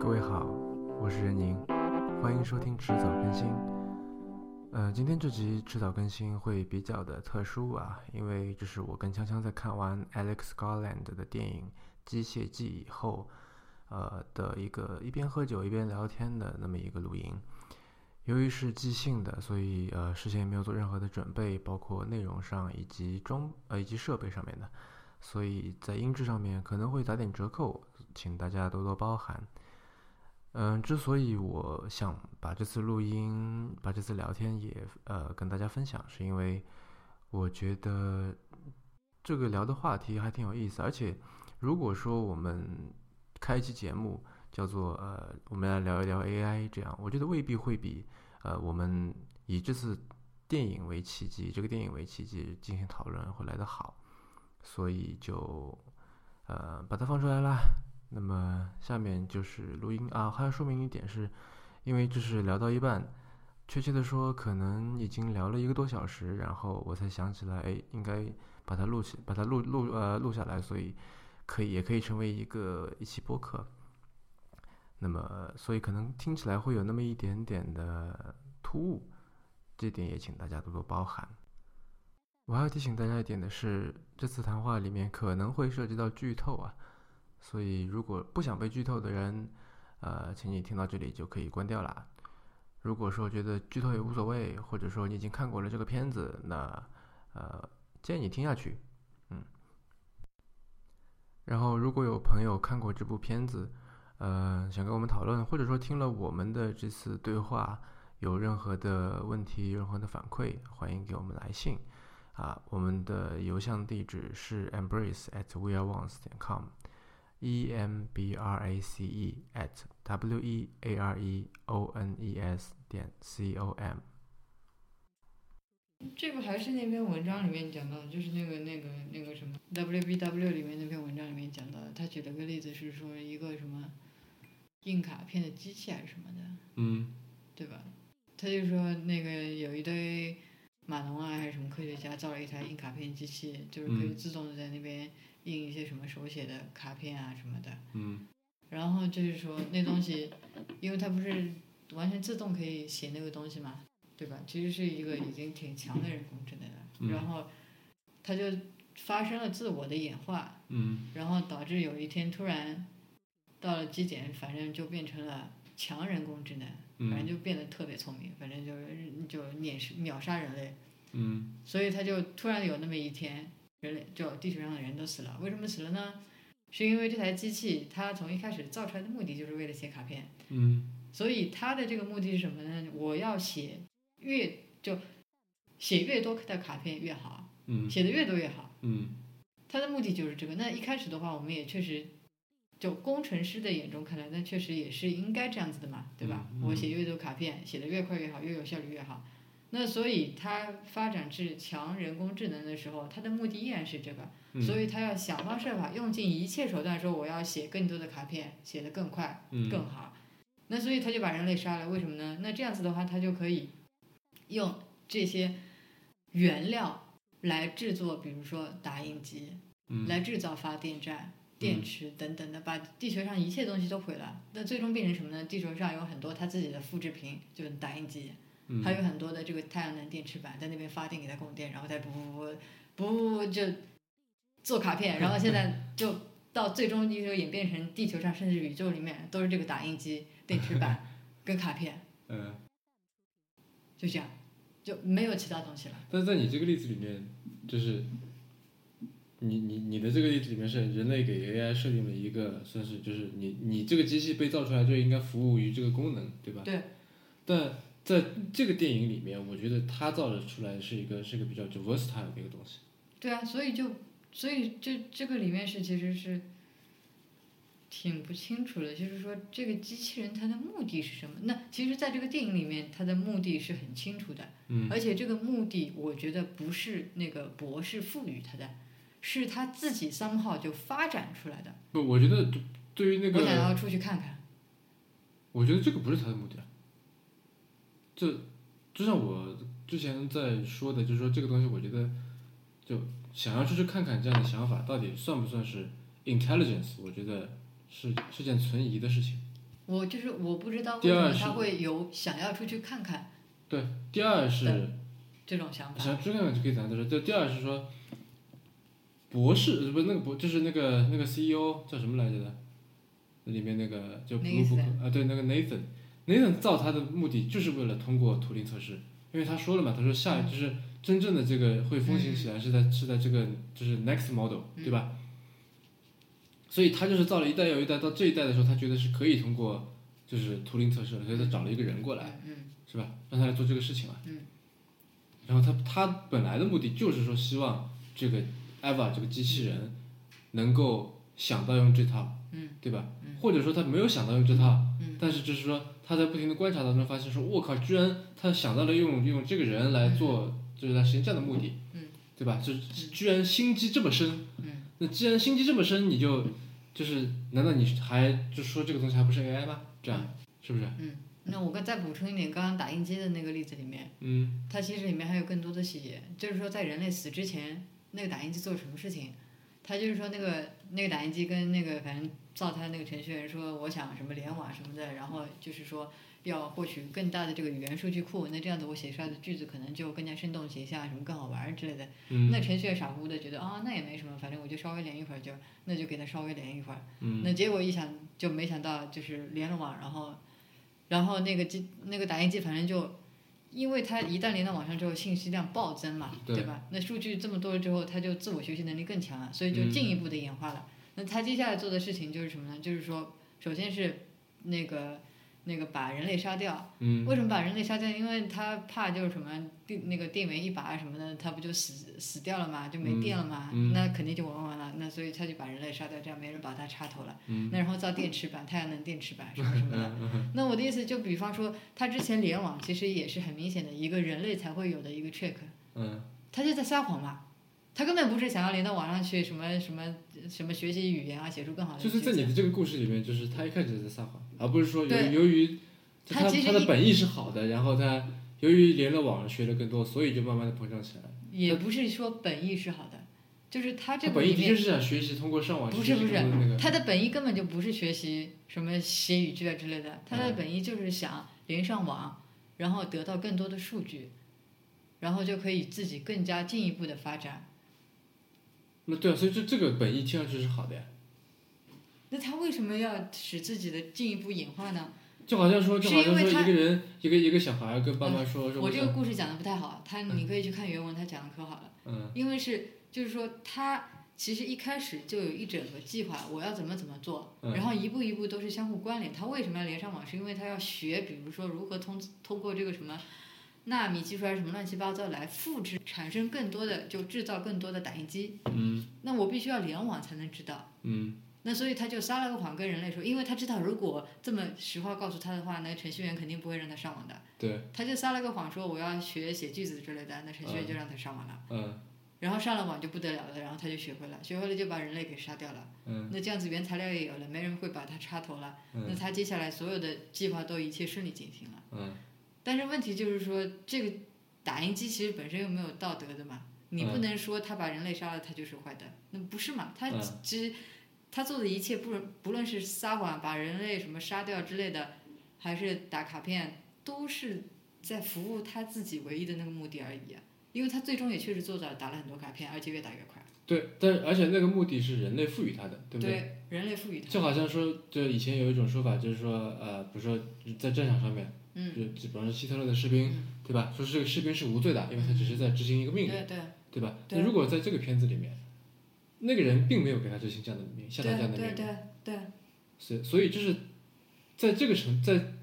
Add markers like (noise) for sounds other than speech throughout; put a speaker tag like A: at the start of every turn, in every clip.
A: 各位好，我是任宁，欢迎收听迟早更新。呃，今天这集迟早更新会比较的特殊啊，因为这是我跟锵锵在看完 Alex Garland 的电影《机械记》以后，呃的一个一边喝酒一边聊天的那么一个录音。由于是即兴的，所以呃事先也没有做任何的准备，包括内容上以及装呃以及设备上面的，所以在音质上面可能会打点折扣，请大家多多包涵。嗯，之所以我想把这次录音、把这次聊天也呃跟大家分享，是因为我觉得这个聊的话题还挺有意思。而且，如果说我们开一期节目叫做呃，我们来聊一聊 AI，这样我觉得未必会比呃我们以这次电影为契机，这个电影为契机进行讨论会来得好。所以就呃把它放出来啦。那么下面就是录音啊，还要说明一点是，因为这是聊到一半，确切的说，可能已经聊了一个多小时，然后我才想起来，哎，应该把它录起，把它录录呃录下来，所以可以也可以成为一个一期播客。那么，所以可能听起来会有那么一点点的突兀，这点也请大家多多包涵。我还要提醒大家一点的是，这次谈话里面可能会涉及到剧透啊，所以如果不想被剧透的人，呃，请你听到这里就可以关掉啦。如果说觉得剧透也无所谓，或者说你已经看过了这个片子，那呃，建议你听下去，嗯。然后，如果有朋友看过这部片子，呃，想跟我们讨论，或者说听了我们的这次对话有任何的问题、任何的反馈，欢迎给我们来信。啊，我们的邮箱地址是 embrace at weareones 点 com，e m b r a c e at w e a r e o n e s 点 c o m。
B: 这个还是那篇文章里面讲到的，就是那个那个那个什么 WBW 里面那篇文章里面讲到的，他举了个例子是说一个什么印卡片的机器还啊是什么的，
A: 嗯
B: 对吧？他就说那个有一堆码农啊还是什么科学家造了一台印卡片机器，就是可以
A: 嗯
B: 自动的在那边印一些什么手写的卡片啊什么的。
A: 嗯
B: 然后就是说那东西，因为它不是完全自动可以写那个东西嘛，对吧？其实是一个已经挺强的人工智能
A: 嗯
B: 了。然后，它就发生了自我的演化，
A: 嗯
B: 然后导致有一天突然到了极点，反正就变成了强人工智能，反
A: 嗯
B: 正就变得特别聪明，反正就是就碾是秒杀人类。
A: 嗯
B: 所以他就突然有那么一天，人类就地球上的人都死了。为什么死了呢？是因为这台机器它从一开始造出来的目的就是为了写卡片，
A: 嗯
B: 所以它的这个目的是什么呢？我要写越就写越多的卡片越好，
A: 嗯
B: 写的越多越好。
A: 嗯
B: 它的目的就是这个。那一开始的话，我们也确实，就工程师的眼中看来，那确实也是应该这样子的嘛，对吧？
A: 嗯嗯
B: 我写越多卡片，写的越快越好，越有效率越好。那所以它发展至强人工智能的时候，它的目的依然是这个，
A: 嗯
B: 所以它要想方设法，用尽一切手段说我要写更多的卡片，写得更快，
A: 嗯
B: 更好。那所以他就把人类杀了，为什么呢？那这样子的话，他就可以用这些原料来制作，比如说打印机，
A: 嗯
B: 来制造发电站、电池等等的，把地球上一切东西都毁了。那最终变成什么呢？地球上有很多他自己的复制品，就是打印机，
A: 嗯
B: 还有很多的这个太阳能电池板在那边发电给它供电，然后再不不不不就做卡片，然后现在就到最终就演变成地球上甚至宇宙里面都是这个打印机、电池板跟卡片，
C: 嗯，
B: 就这样，就没有其他东西了。
C: 但是在你这个例子里面，就是你你你的这个例子里面是人类给 AI 设定了一个算是就是你你这个机器被造出来就应该服务于这个功能，对吧？
B: 对。
C: 但在这个电影里面，我觉得它造的出来是一个是一个比较就 versatile 的一个东西。
B: 对啊，所以就所以这这个里面是其实是挺不清楚的，就是说这个机器人它的目的是什么？那其实，在这个电影里面，它的目的是很清楚的，
C: 嗯
B: 而且这个目的我觉得不是那个博士赋予它的，是它自己 somehow 就发展出来的。
C: 不，我觉得对对于那
B: 我想
C: 个，
B: 要出去看看，
C: 我觉得这个不是它的目的啊。这就像我之前在说的，就是说这个东西，我觉得就想要出去看看这样的想法，到底算不算是 intelligence？我觉得是是件存疑的事情。
B: 我就是我不知道为
C: 第
B: 什
C: 二
B: 么他
C: 是
B: 会有想要出去看看
C: 对，第二是
B: 对这种想
C: 想
B: 法。
C: 要追看看就可以谈，就是这第二是说，博士呃不是那个博，就是那个那个 CEO 叫什么来着的，里面那个就 Blue Book 啊，对，那个 Nathan Nathan 造他的目的就是为了通过图灵测试，因为他说了嘛，他说下
B: 嗯
C: 就是真正的这个会风行起来是在、是在这个就是 next model
B: 嗯
C: 对吧？所以他就是造了一代又一代，到这一代的时候，他觉得是可以通过就是图灵测试的，所以他找了一个人过来。
B: 嗯
C: 是吧？让他来做这个事情了。
B: 嗯。
C: 然后他他本来的目的就是说，希望这个 Eva 这个机器人能够想到用这套，
B: 嗯，
C: 对吧？
B: 嗯
C: 或者说他没有想到用这套，
B: 嗯
C: 但是就是说他在不停的观察当中发现说，我靠，居然他想到了用用这个人来做，就是来实现这样的目的，
B: 嗯，
C: 对吧？就居然心机这么深，
B: 嗯，
C: 那既然心机这么深，你就就是难道你还就说这个东西还不是 AI 吗？这样是不是？
B: 嗯，那我再补充一点，刚刚打印机的那个例子里面，
C: 嗯
B: 它其实里面还有更多的细节，就是说在人类死之前，那个打印机做了什么事情。他就是说，那个那个打印机跟那个反正造他那个程序员说，我想什么联网什么的，然后就是说要获取更大的这个语言数据库，那这样子我写出来的句子可能就更加生动形象，什么更好玩儿之类的。
C: 嗯
B: 那程序员傻乎乎的觉得啊、那也没什么，反正我就稍微连一会儿就，那就给他稍微连一会儿。
C: 嗯
B: 那结果一想就没想到，就是连了网，然后，然后那个机那个打印机反正就，因为它一旦连到网上之后，信息量暴增嘛，
C: 对
B: 对吧？那数据这么多了之后，它就自我学习能力更强了，所以就
C: 嗯
B: 进一步的演化了。那它接下来做的事情就是什么呢？就是说，首先是那个那个把人类杀掉，
C: 嗯
B: 为什么把人类杀掉？因为他怕就是什么电那个电源一拔什么的，他不就死死掉了嘛，就没电了嘛，
C: 嗯嗯
B: 那肯定就玩完了。那所以他就把人类杀掉，这样没人把他插头了。
C: 嗯
B: 那然后造电池板、太阳能电池板什么什么的。那我的意思就比方说，他之前联网其实也是很明显的一个人类才会有的一个 trick，
C: 嗯
B: 他就在撒谎嘛。他根本不是想要连到网上去什么什么什么学习语言啊，写出更好的
C: 就是在
B: 句
C: 你
B: 子
C: 的这个故事里面，就是他一开始在撒谎，而不是说由
B: 对
C: 由于就
B: 他
C: 他
B: 其实
C: 他的
B: 一
C: 本意是好的，然后他由于连了网学的更多，所以就慢慢的膨胀起来。
B: 也不是说本意是好的，就是他这
C: 他
B: 个
C: 本
B: 里
C: 意的
B: 面
C: 确是想学习通过上网去
B: 不是
C: 学习
B: 不是
C: 更多的那个，
B: 他的本意根本就不是学习什么写语句啊之类的，他
C: 嗯
B: 的本意就是想连上网，然后得到更多的数据，然后就可以自己更加进一步的发展。
C: 那对啊，所以这这个本意听上去是好的呀，
B: 那他为什么要使自己的进一步演化呢？
C: 就好像说就是好像
B: 因为
C: 说一
B: 他嗯
C: 个人一个一个小孩儿跟爸妈说说
B: 我这
C: 想
B: 个故事讲的不太好，他你可以去看原文，他讲的可好了。
C: 嗯
B: 因为是就是说他其实一开始就有一整个计划，我要怎么怎么做，
C: 嗯
B: 然后一步一步都是相互关联。他为什么要连上网？是因为他要学，比如说如何通通过这个什么纳米技术还啊是什么乱七八糟来复制，产生更多的就制造更多的打印机。
C: 嗯
B: 那我必须要联网才能知道。
C: 嗯
B: 那所以他就撒了个谎跟人类说，因为他知道如果这么实话告诉他的话，那程序员肯定不会让他上网的。
C: 对
B: 他就撒了个谎说我要学写句子之类的，那程序员就让他上网了。
C: 嗯
B: 然后上了网就不得了了，然后他就学会了，学会了就把人类给杀掉了。
C: 嗯
B: 那这样子原材料也有了，没人会把它插头了。那
C: 嗯
B: 他接下来所有的计划都一切顺利进行了。
C: 嗯
B: 但是问题就是说，这个打印机其实本身又没有道德的嘛，你不
C: 嗯
B: 能说他把人类杀了，他就是坏的，那不是嘛？他
C: 嗯
B: 其实他做的一切，不论不论是撒谎把人类什么杀掉之类的，还是打卡片，都是在服务他自己唯一的那个目的而已啊。因为他最终也确实做到了打了很多卡片，而且越打越快。
C: 对，但是而且那个目的是人类赋予他的，对不对？
B: 人类赋予他，
C: 就好像说，就以前有一种说法，就是说，呃，比如说在战场上面，
B: 嗯，
C: 就就比方说希特勒的士兵
B: 嗯，
C: 对吧？说是这个士兵是无罪的，因为他只是在执行一个命令，
B: 对对
C: 对吧？
B: 对
C: 那如果在这个片子里面，那个人并没有给他执行这样的命，下达这样的
B: 对
C: 命令，
B: 对对，
C: 所以所以就是在这个成在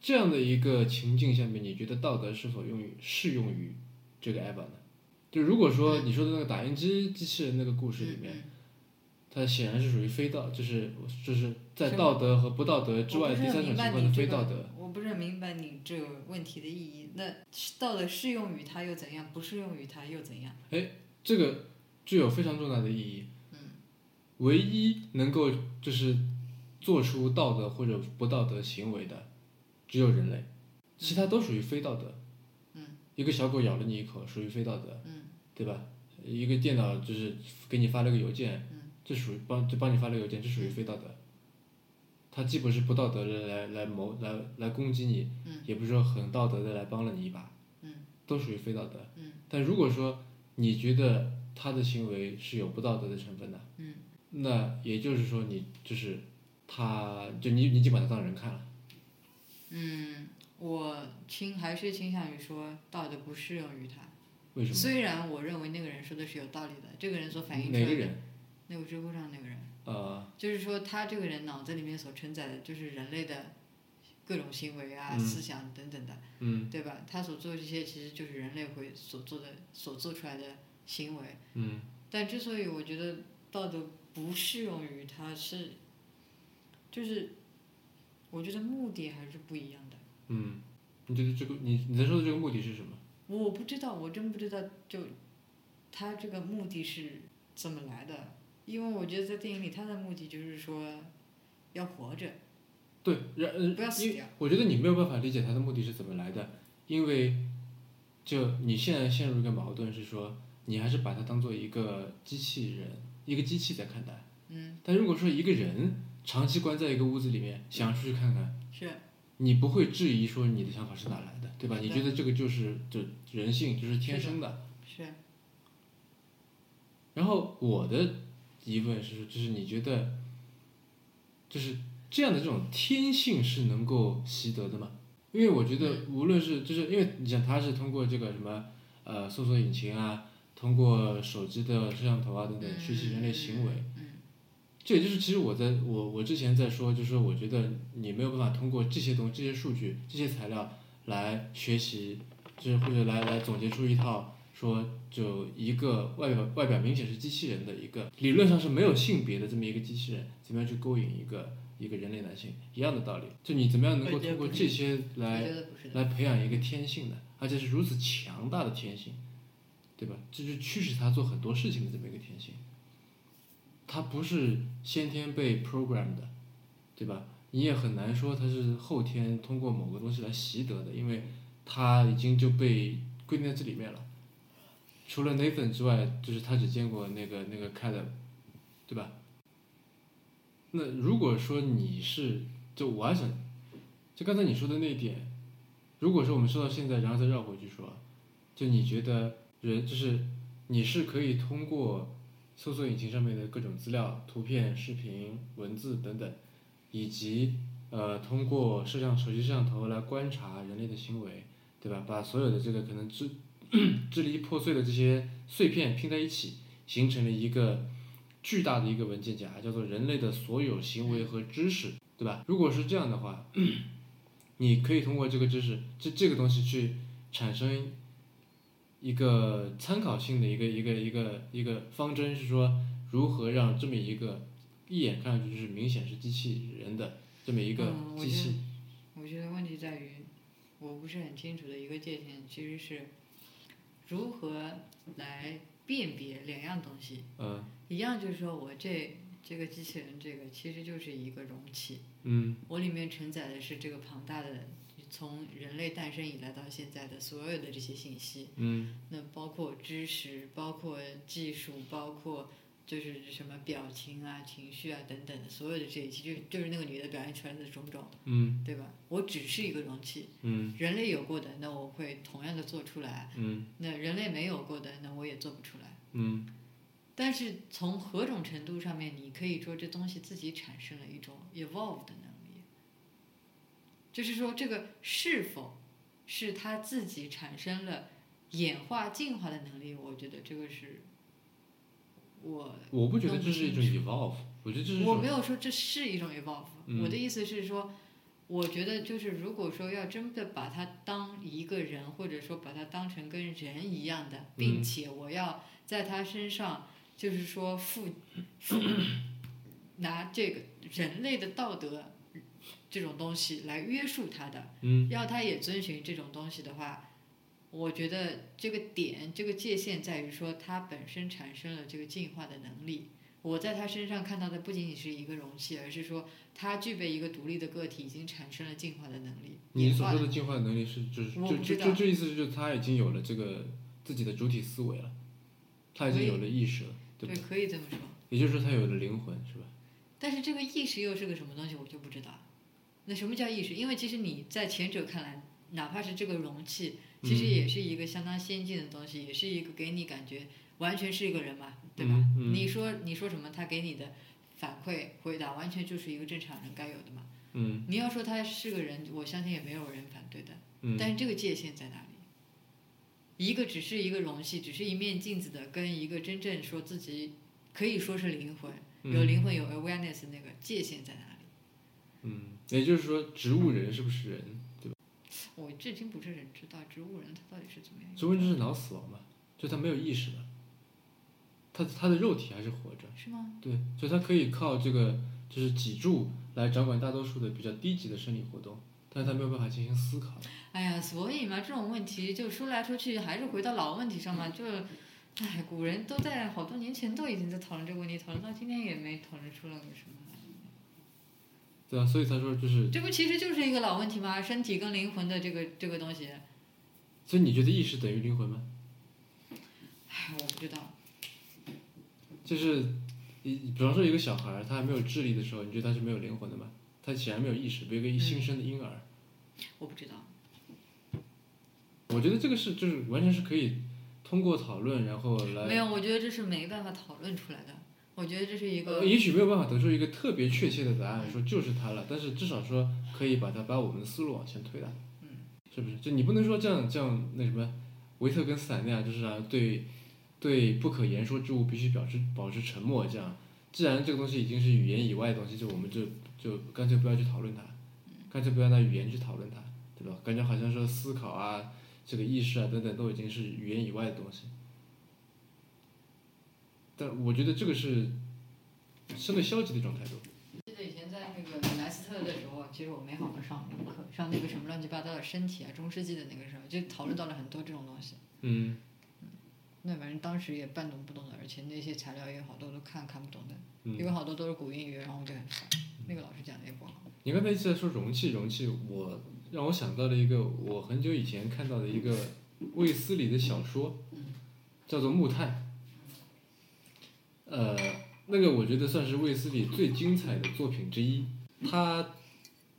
C: 这样的一个情境下面，你觉得道德是否用于适用于这个 Eva 呢？就如果说你说的那个打印机机器人那个故事里面，
B: 嗯
C: 它显然是属于非道，就是就是在
B: 是吗
C: 道德和不道呃德之外
B: 我不
C: 第
B: 是
C: 三
B: 很
C: 种情
B: 明白
C: 况的
B: 你
C: 非
B: 这
C: 道
B: 个
C: 德。，
B: 我不是很明白你这个问题的意义。那到了适用于它又怎样？不适用于它又怎样？
C: 这个具有非常重大的意义。
B: 嗯
C: 唯一能够就是做出道德或者不道德行为的，只有人类，其他都属于非道德。
B: 嗯
C: 一个小狗咬了你一口，属于非道德，
B: 嗯
C: 对吧？一个电脑就是给你发了个邮件
B: 嗯，
C: 这属于帮就帮你发了个邮件，这属于非道德。他既不是不道德的来来谋来来攻击你，
B: 嗯
C: 也不是说很道德的来帮了你一把，
B: 嗯
C: 都属于非道德。
B: 嗯
C: 但如果说你觉得他的行为是有不道德的成分的，
B: 嗯，
C: 那也就是说你就是他就你你已经把他当人看了，
B: 嗯，我倾还是倾向于说道德不适用于他。
C: 为什么？
B: 虽然我认为那个人说的是有道理的，这个人所反映出
C: 哪
B: 来
C: 个
B: 的，
C: 人？
B: 那个知乎上那个人，
C: 呃，
B: 就是说他这个人脑子里面所承载的就是人类的各种行为啊、
C: 嗯
B: 思想等等的，
C: 嗯
B: 对吧？他所做的这些其实就是人类会所做的、所做出来的行为。
C: 嗯
B: 但之所以我觉得道德不适用于他是，就是我觉得目的还是不一样的。
C: 嗯，你觉得这个你你在说的这个目的是什么？
B: 我不知道，我真不知道，就他这个目的是怎么来的？因为我觉得在电影里，他的目的就是说要活着，
C: 对，然呃
B: 不要死
C: 因
B: 掉
C: 我觉得你没有办法理解他的目的是怎么来的，因为就你现在陷入一个矛盾是说，你还是把它当做一个机器人，一个机器在看待。
B: 嗯，
C: 但如果说一个人长期关在一个屋子里面，想要出去看看，
B: 是
C: 你不会质疑说你的想法是哪来的，对吧？
B: 对
C: 你觉得这个就是就人性，就是天
B: 是的
C: 生的。
B: 是，
C: 然后我的疑问是，就是你觉得，就是这样的这种天性是能够习得的吗？因为我觉得，无论是就是因为你想，他是通过这个什么呃搜索引擎啊，通过手机的摄像头啊等等学习人类行为。
B: 嗯
C: 这也就是其实我在我我之前在说，就是说我觉得你没有办法通过这些东这些数据、这些材料来学习，就是或者来来总结出一套说就一个外表外表明显是机器人的一个理论上是没有性别的这么一个机器人，怎么样去勾引一个一个人类男性一样的道理，就你怎么样能够
B: 我觉得
C: 通过
B: 不
C: 这些
B: 我
C: 来
B: 觉得不是的，
C: 来培养一个天性的，而且是如此强大的天性，对吧？这就是驱使他做很多事情的这么一个天性。他不是先天被 program 的，对吧？你也很难说他是后天通过某个东西来习得的，因为他已经就被规定在这里面了。除了 Nathan 之外，就是他只见过那个那个 Caleb，对吧？那如果说你是，就我还想，就刚才你说的那一点，如果说我们说到现在，然后再绕回去说，就你觉得人就是你是可以通过搜索引擎上面的各种资料、图片、视频、文字等等，以及呃通过摄像手机摄像头来观察人类的行为，对吧？把所有的这个可能支 (clears throat) 支离破碎的这些碎片拼在一起，形成了一个巨大的一个文件夹，叫做人类的所有行为和知识，对吧？如果是这样的话，你可以通过这个知识，这这个东西去产生一个参考性的一个一个一个一个方针，是说如何让这么一个一眼看上去就是明显是机器人的这么一个
B: 嗯我
C: 机
B: 觉得
C: 器，
B: 我觉得问题在于我不是很清楚的一个界限，其实是如何来辨别两样东西。
C: 嗯
B: 一样就是说我这这个机器人，这个其实就是一个容器，
C: 嗯
B: 我里面承载的是这个庞大的，从人类诞生以来到现在的所有的这些信息，
C: 嗯
B: 那包括知识，包括技术，包括就是什么表情啊、情绪啊等等的，所有的这一切，就就是那个女的表现出来的种种，
C: 嗯
B: 对吧？我只是一个容器，
C: 嗯
B: 人类有过的，那我会同样的做出来；
C: 嗯
B: 那人类没有过的，那我也做不出来。
C: 嗯
B: 但是从何种程度上面，你可以说这东西自己产生了一种 evolve 的能力，就是说这个是否是它自己产生了演化进化的能力？我觉得这个是我
C: 我不觉得这是一种 evolve，我觉得这是一
B: 我
C: 种
B: 没有说这是一种 evolve，、
C: 嗯
B: 我的意思是说，我觉得就是如果说要真的把它当一个人，或者说把它当成跟人一样的，
C: 嗯
B: 并且我要在他身上就是说附附拿这个人类的道德这种东西来约束他的，
C: 嗯
B: 要他也遵循这种东西的话，我觉得这个点这个界限在于说它本身产生了这个进化的能力。我在他身上看到的不仅仅是一个容器，而是说他具备一个独立的个体，已经产生了进化的能力。
C: 你
B: 演
C: 所
B: 化
C: 说
B: 的
C: 的进化能力是就是
B: 我
C: 就
B: 不
C: 就
B: 知
C: 就
B: 道
C: 这意思是就是他已经有了这个自己的主体思维了，他已经有了意识了，对
B: 对
C: 吧？，
B: 可以这么说。
C: 也就是说他有了灵魂，是吧？
B: 但是这个意识又是个什么东西，我就不知道。那什么叫意识？因为其实你在前者看来，哪怕是这个容器，其实也是一个相当先进的东西，也是一个给你感觉完全是一个人嘛，对吧？
C: 嗯嗯
B: 你说你说什么，他给你的反馈回答，完全就是一个正常人该有的嘛。
C: 嗯
B: 你要说他是个人，我相信也没有人反对的。
C: 嗯
B: 但是这个界限在哪里？一个只是一个容器，只是一面镜子的，跟一个真正说自己可以说是灵魂，有灵魂有 awareness 的那个界限在哪里？
C: 嗯，也就是说，植物人是不是人？
B: 我至今不是很知道植物人他到底是怎么样一个
C: 植物人就是脑死亡嘛，就他没有意识嘛，他他的肉体还是活着，
B: 是吗？
C: 对，所以他可以靠这个就是脊柱来掌管大多数的比较低级的生理活动，但是他没有办法进行思考。
B: 哎呀，所以嘛，这种问题就说来说去还是回到老问题上嘛，就，哎，古人都在好多年前都已经在讨论这个问题，讨论到今天也没讨论出来个什么来。
C: 对啊，所以他说就是，
B: 这不其实就是一个老问题吗？身体跟灵魂的这个这个东西，
C: 所以你觉得意识等于灵魂吗？
B: 哎，我不知道。
C: 就是，你比方说一个小孩儿他还没有智力的时候，你觉得他是没有灵魂的吗？他显然没有意识，比如一个新生的婴儿。
B: 我不知道，
C: 我觉得这个是就是完全是可以通过讨论然后
B: 没
C: 来，
B: 有，我觉得这是没办法讨论出来的。我觉得这是一个
C: 呃，，也许没有办法得出一个特别确切的答案，说就是他了，但是至少说可以把它把我们的思路往前推了，
B: 嗯，
C: 是不是？就你不能说这样这样那什么，维特根斯坦那样就是啊对对不可言说之物必须保持保持沉默这样。既然这个东西已经是语言以外的东西，就我们就就干脆不要去讨论它，
B: 嗯
C: 干脆不要拿语言去讨论它，对吧？感觉好像说思考啊、这个意识啊等等都已经是语言以外的东西。但我觉得这个是相对消极的一种态度。
B: 记得以前在那个莱斯特的时候，其实我没好好上那个课，上那个什么乱七八糟的身体啊，中世纪的那个时候，就讨论到了很多这种东西。
C: 嗯
B: 那反正当时也半懂不懂的，而且那些材料也有好多都看看不懂的，因为
C: 嗯，
B: 好多都是古英语，然后我就很烦。那个老师讲的也不好。
C: 你刚才一直在说容器，容器，我让我想到了一个我很久以前看到的一个卫斯理的小说，叫做《木炭》。呃，那个我觉得算是卫斯理最精彩的作品之一。他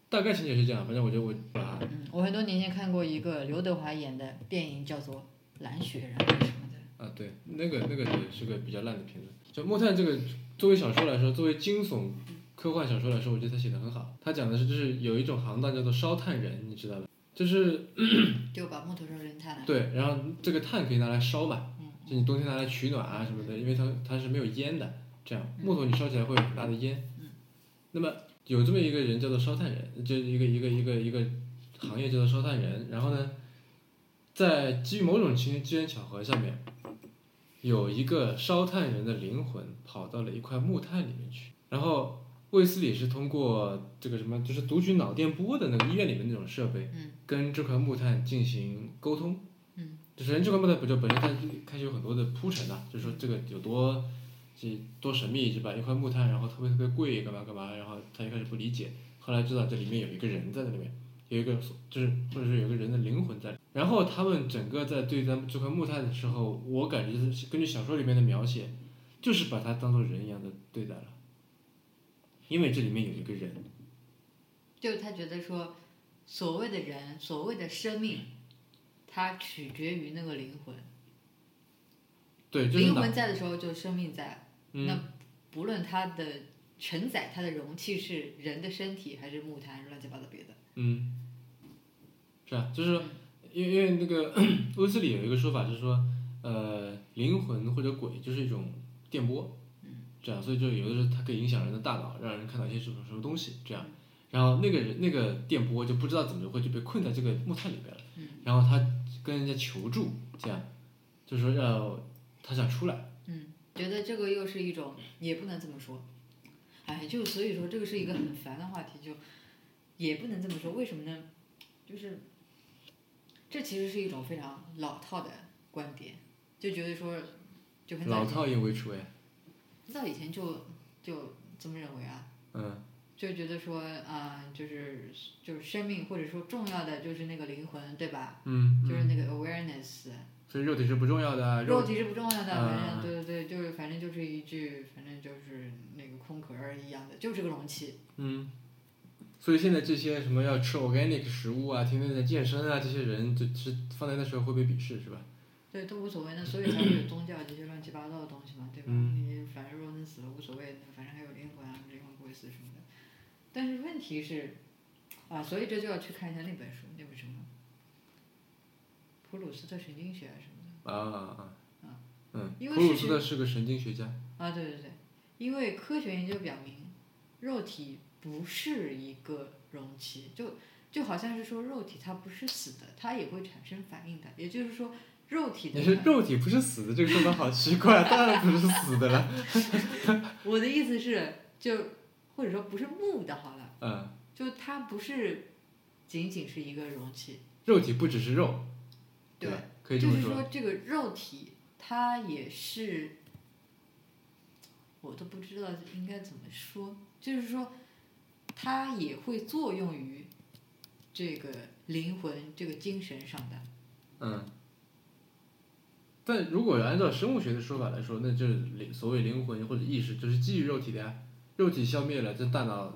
C: 大概情节是这样，反正我觉得我把它
B: 嗯，我很多年前看过一个刘德华演的电影，叫做《蓝雪人》还是什么的。
C: 啊，对，那个那个也是个比较烂的片子。就《木炭》这个作为小说来说，作为惊悚科幻小说来说，我觉得它写的很好。它讲的是就是有一种行当叫做烧炭人，你知道吗？就是
B: 就把木头烧成炭了。
C: 对，然后这个炭可以拿来烧嘛，
B: 嗯
C: 就你冬天拿来取暖啊什么的，因为它它是没有烟的，这样木头你烧起来会有很大的烟。那么有这么一个人叫做烧炭人，就是一个一个一个一个行业叫做烧炭人，然后呢，在基于某种情机缘巧合下面，有一个烧炭人的灵魂跑到了一块木炭里面去，然后。卫斯理是通过这个什么，就是读取脑电波的那个医院里面那种设备，
B: 嗯
C: 跟这块木炭进行沟通。
B: 嗯，
C: 首先这块木炭本就本身它开始有很多的铺陈呐、就是说这个有多这多神秘，就把一块木炭，然后特别特别贵，干嘛干嘛，然后他一开始不理解，后来知道这里面有一个人在那里面，有一个就是或者说有一个人的灵魂在里面。然后他们整个在对咱们这块木炭的时候，我感觉是根据小说里面的描写，就是把它当做人一样的对待了，因为这里面有一个人。
B: 就是他觉得说，所谓的人，所谓的生命，它取决于那个灵魂。
C: 对，就是
B: 灵
C: 哪
B: 魂在的时候，就生命在。
C: 嗯
B: 那不论它的承载它的容器是人的身体，还是木炭，还是乱七八糟别的。
C: 嗯，是啊，就是说因为因为那个卫斯理有一个说法，就是说，呃，灵魂或者鬼就是一种电波，
B: 嗯
C: 这样，所以就有的时候它可以影响人的大脑，让人看到一些什么什么东西，
B: 嗯
C: 这样，然后那个人那个电波就不知道怎么会就被困在这个木炭里边了，
B: 嗯
C: 然后他跟人家求助，这样，就是说要他想出来，
B: 嗯，觉得这个又是一种，也不能这么说。哎，就所以说这个是一个很烦的话题，就也不能这么说。为什么呢？就是这其实是一种非常老套的观点，就觉得说，就很早
C: 老
B: 以前
C: 套也为主哎，
B: 很早以前就就这么认为啊，
C: 嗯
B: 就觉得说啊、就是就是生命或者说重要的就是那个灵魂，对吧？
C: 嗯
B: 就是
C: 嗯
B: 那个 awareness，
C: 所以肉体是不重要的啊，
B: 肉体是不重要的，
C: 啊
B: 反正对对对，就是反正就是一具，反正就是那个空壳儿一样的，就是个容器。
C: 嗯，所以现在这些什么要吃 organic 食物啊，天天在健身啊，这些人就是放在那时候会被鄙视是吧？
B: 对，都无所谓，那所以才会有宗教这些乱七八糟的东西嘛，对吧？
C: 嗯
B: 你反正肉身死了无所谓，反正还有灵魂啊，灵魂不会死什么的。但是问题是，啊，所以这就要去看一下那本书，那本什么，普鲁斯特神经学啊什么
C: 啊啊啊
B: 啊！
C: 嗯，
B: 因为
C: 普鲁
B: 事
C: 斯
B: 实
C: 特是个神经学家，
B: 的。啊，对对对，因为科学研究表明，肉体不是一个容器，就就好像是说肉体它不是死的，它也会产生反应的，也就是说肉体的
C: 你是
B: 反
C: 肉体不是死的，这个说法好奇怪，当然不是死的了。
B: 我的意思是，就或者说不是木的，好了，
C: 嗯，
B: 就它不是仅仅是一个容器，
C: 肉体不只是肉，
B: 对
C: 吧？可以这
B: 就
C: 么
B: 是说这个肉体它也是，我都不知道应该怎么说，就是说它也会作用于这个灵魂、这个精神上的。
C: 嗯，但如果按照生物学的说法来说，那就是灵所谓灵魂或者意识，就是基于肉体的呀。肉体消灭了，这大脑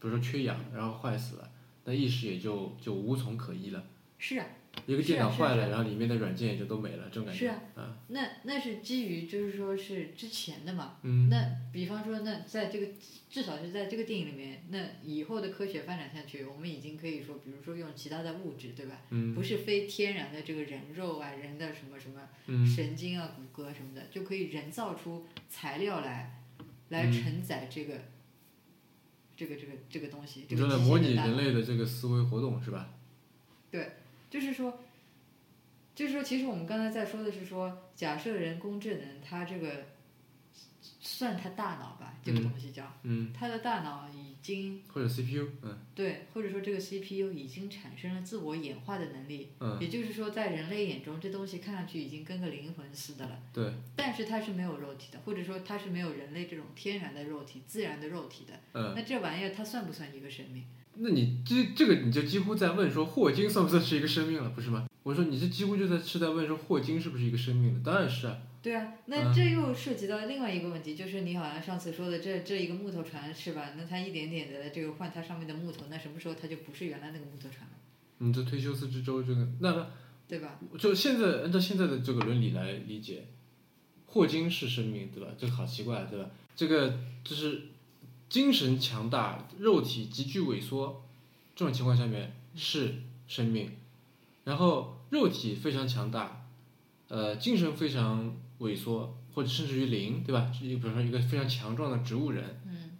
C: 比如说缺氧，然后坏死了，那意识也就就无从可依了。
B: 是啊，
C: 一个电脑
B: 是啊
C: 坏
B: 是
C: 了，
B: 啊
C: 然后里面的软件也就都没了，这种感
B: 是
C: 觉。
B: 啊
C: 啊，
B: 那那是基于就是说是之前的嘛，
C: 嗯，
B: 那比方说，那在这个至少是在这个电影里面，那以后的科学发展下去，我们已经可以说，比如说用其他的物质，对吧？
C: 嗯
B: 不是非天然的这个人肉啊、人的什么什么
C: 嗯
B: 神经啊、骨骼什么的，就可以人造出材料来，来
C: 嗯
B: 承载这个、这个这个这个东西。这
C: 你
B: 个
C: 说
B: 机械
C: 的模拟
B: 的大
C: 人
B: 脑
C: 类的这个思维活动是吧？
B: 就是说，就是说，其实我们刚才在说的是说，假设人工智能它这个算它大脑吧，这个
C: 嗯
B: 东西叫。
C: 嗯，
B: 他的大脑已经
C: 或者 CPU，嗯
B: 对，或者说这个 CPU 已经产生了自我演化的能力，
C: 嗯，
B: 也就是说，在人类眼中，这东西看上去已经跟个灵魂似的了，
C: 对，
B: 但是它是没有肉体的，或者说它是没有人类这种天然的肉体、自然的肉体的。
C: 嗯，
B: 那这玩意儿它算不算一个生命？
C: 那你这这个你就几乎在问说霍金算不算是一个生命了，不是吗？我说你这几乎就在是在问说霍金是不是一个生命了，当然是啊。
B: 对啊，
C: 嗯
B: 那这又涉及到另外一个问题，就是你好像上次说的这这一个木头船是吧？那它一点点的这个换它上面的木头，那什么时候它就不是原来那个木头船了，
C: 你这推修斯之舟这个，那那
B: 对吧？
C: 就现在按照现在的这个伦理来理解，霍金是生命，对吧？这个好奇怪，啊对吧？这个就是精神强大，肉体急剧萎缩，这种情况下面是生命，然后肉体非常强大，呃，精神非常萎缩，或者甚至于零，对吧？比如说一个非常强壮的植物人，
B: 嗯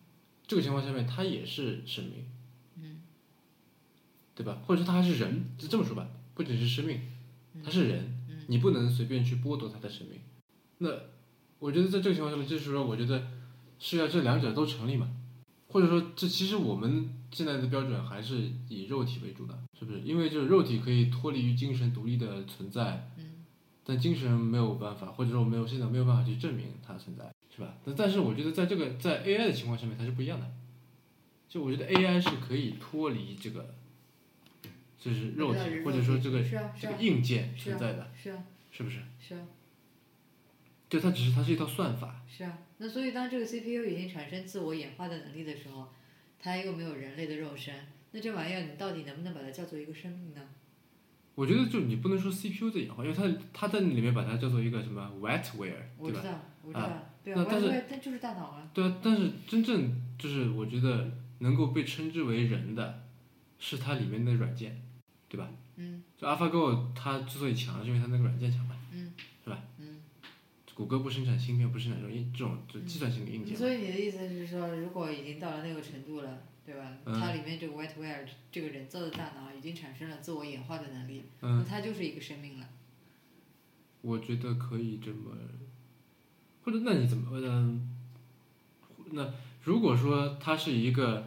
C: 这个情况下面他也是生命，
B: 嗯
C: 对吧？或者说他还是人，就这么说吧，不仅是生命，他是人，
B: 嗯
C: 你不能随便去剥夺他的生命。那我觉得在这个情况下面，就是说，我觉得是要这两者都成立嘛，或者说，这其实我们现在的标准还是以肉体为主的，是不是？因为就是肉体可以脱离于精神独立的存在，
B: 嗯，
C: 但精神没有办法，或者说没有现在没有办法去证明它的存在，是吧？但但是我觉得在这个在 AI 的情况下面，它是不一样的。就我觉得 AI 是可以脱离这个，就是肉
B: 不知
C: 体
B: 道是
C: 或者说这个
B: 是啊是
C: 这个
B: 啊
C: 硬件
B: 是啊
C: 存在的，
B: 是啊
C: 是不是？
B: 是啊。
C: 就它只是它是一套算法，
B: 是啊，那所以当这个 CPU 已经产生自我演化的能力的时候，它又没有人类的肉身，那这玩意儿你到底能不能把它叫做一个生命呢？
C: 我觉得就你不能说 CPU 在演化，因为它它在里面把它叫做一个什么 wetware，
B: 我
C: 对
B: 知
C: 吧？
B: 道，我知道，对
C: 那
B: 啊，
C: 但是
B: 我但就是大脑啊，
C: 对啊，但是真正就是我觉得能够被称之为人的，是它里面的软件，对吧？
B: 嗯
C: 就 AlphaGo 它之所以强，是因为它那个软件强嘛。
B: 嗯，
C: 是吧？
B: 嗯，
C: 谷歌不生产芯片，不生产这种硬这种就计算性的硬件嘛。
B: 所以你的意思是说，如果已经到了那个程度了，对吧？
C: 嗯
B: 它里面这个 Whiteware 这个人造的大脑已经产生了自我演化的能力，那
C: 嗯，
B: 它就是一个生命了。
C: 我觉得可以这么，或者那你怎么嗯、那如果说它是一个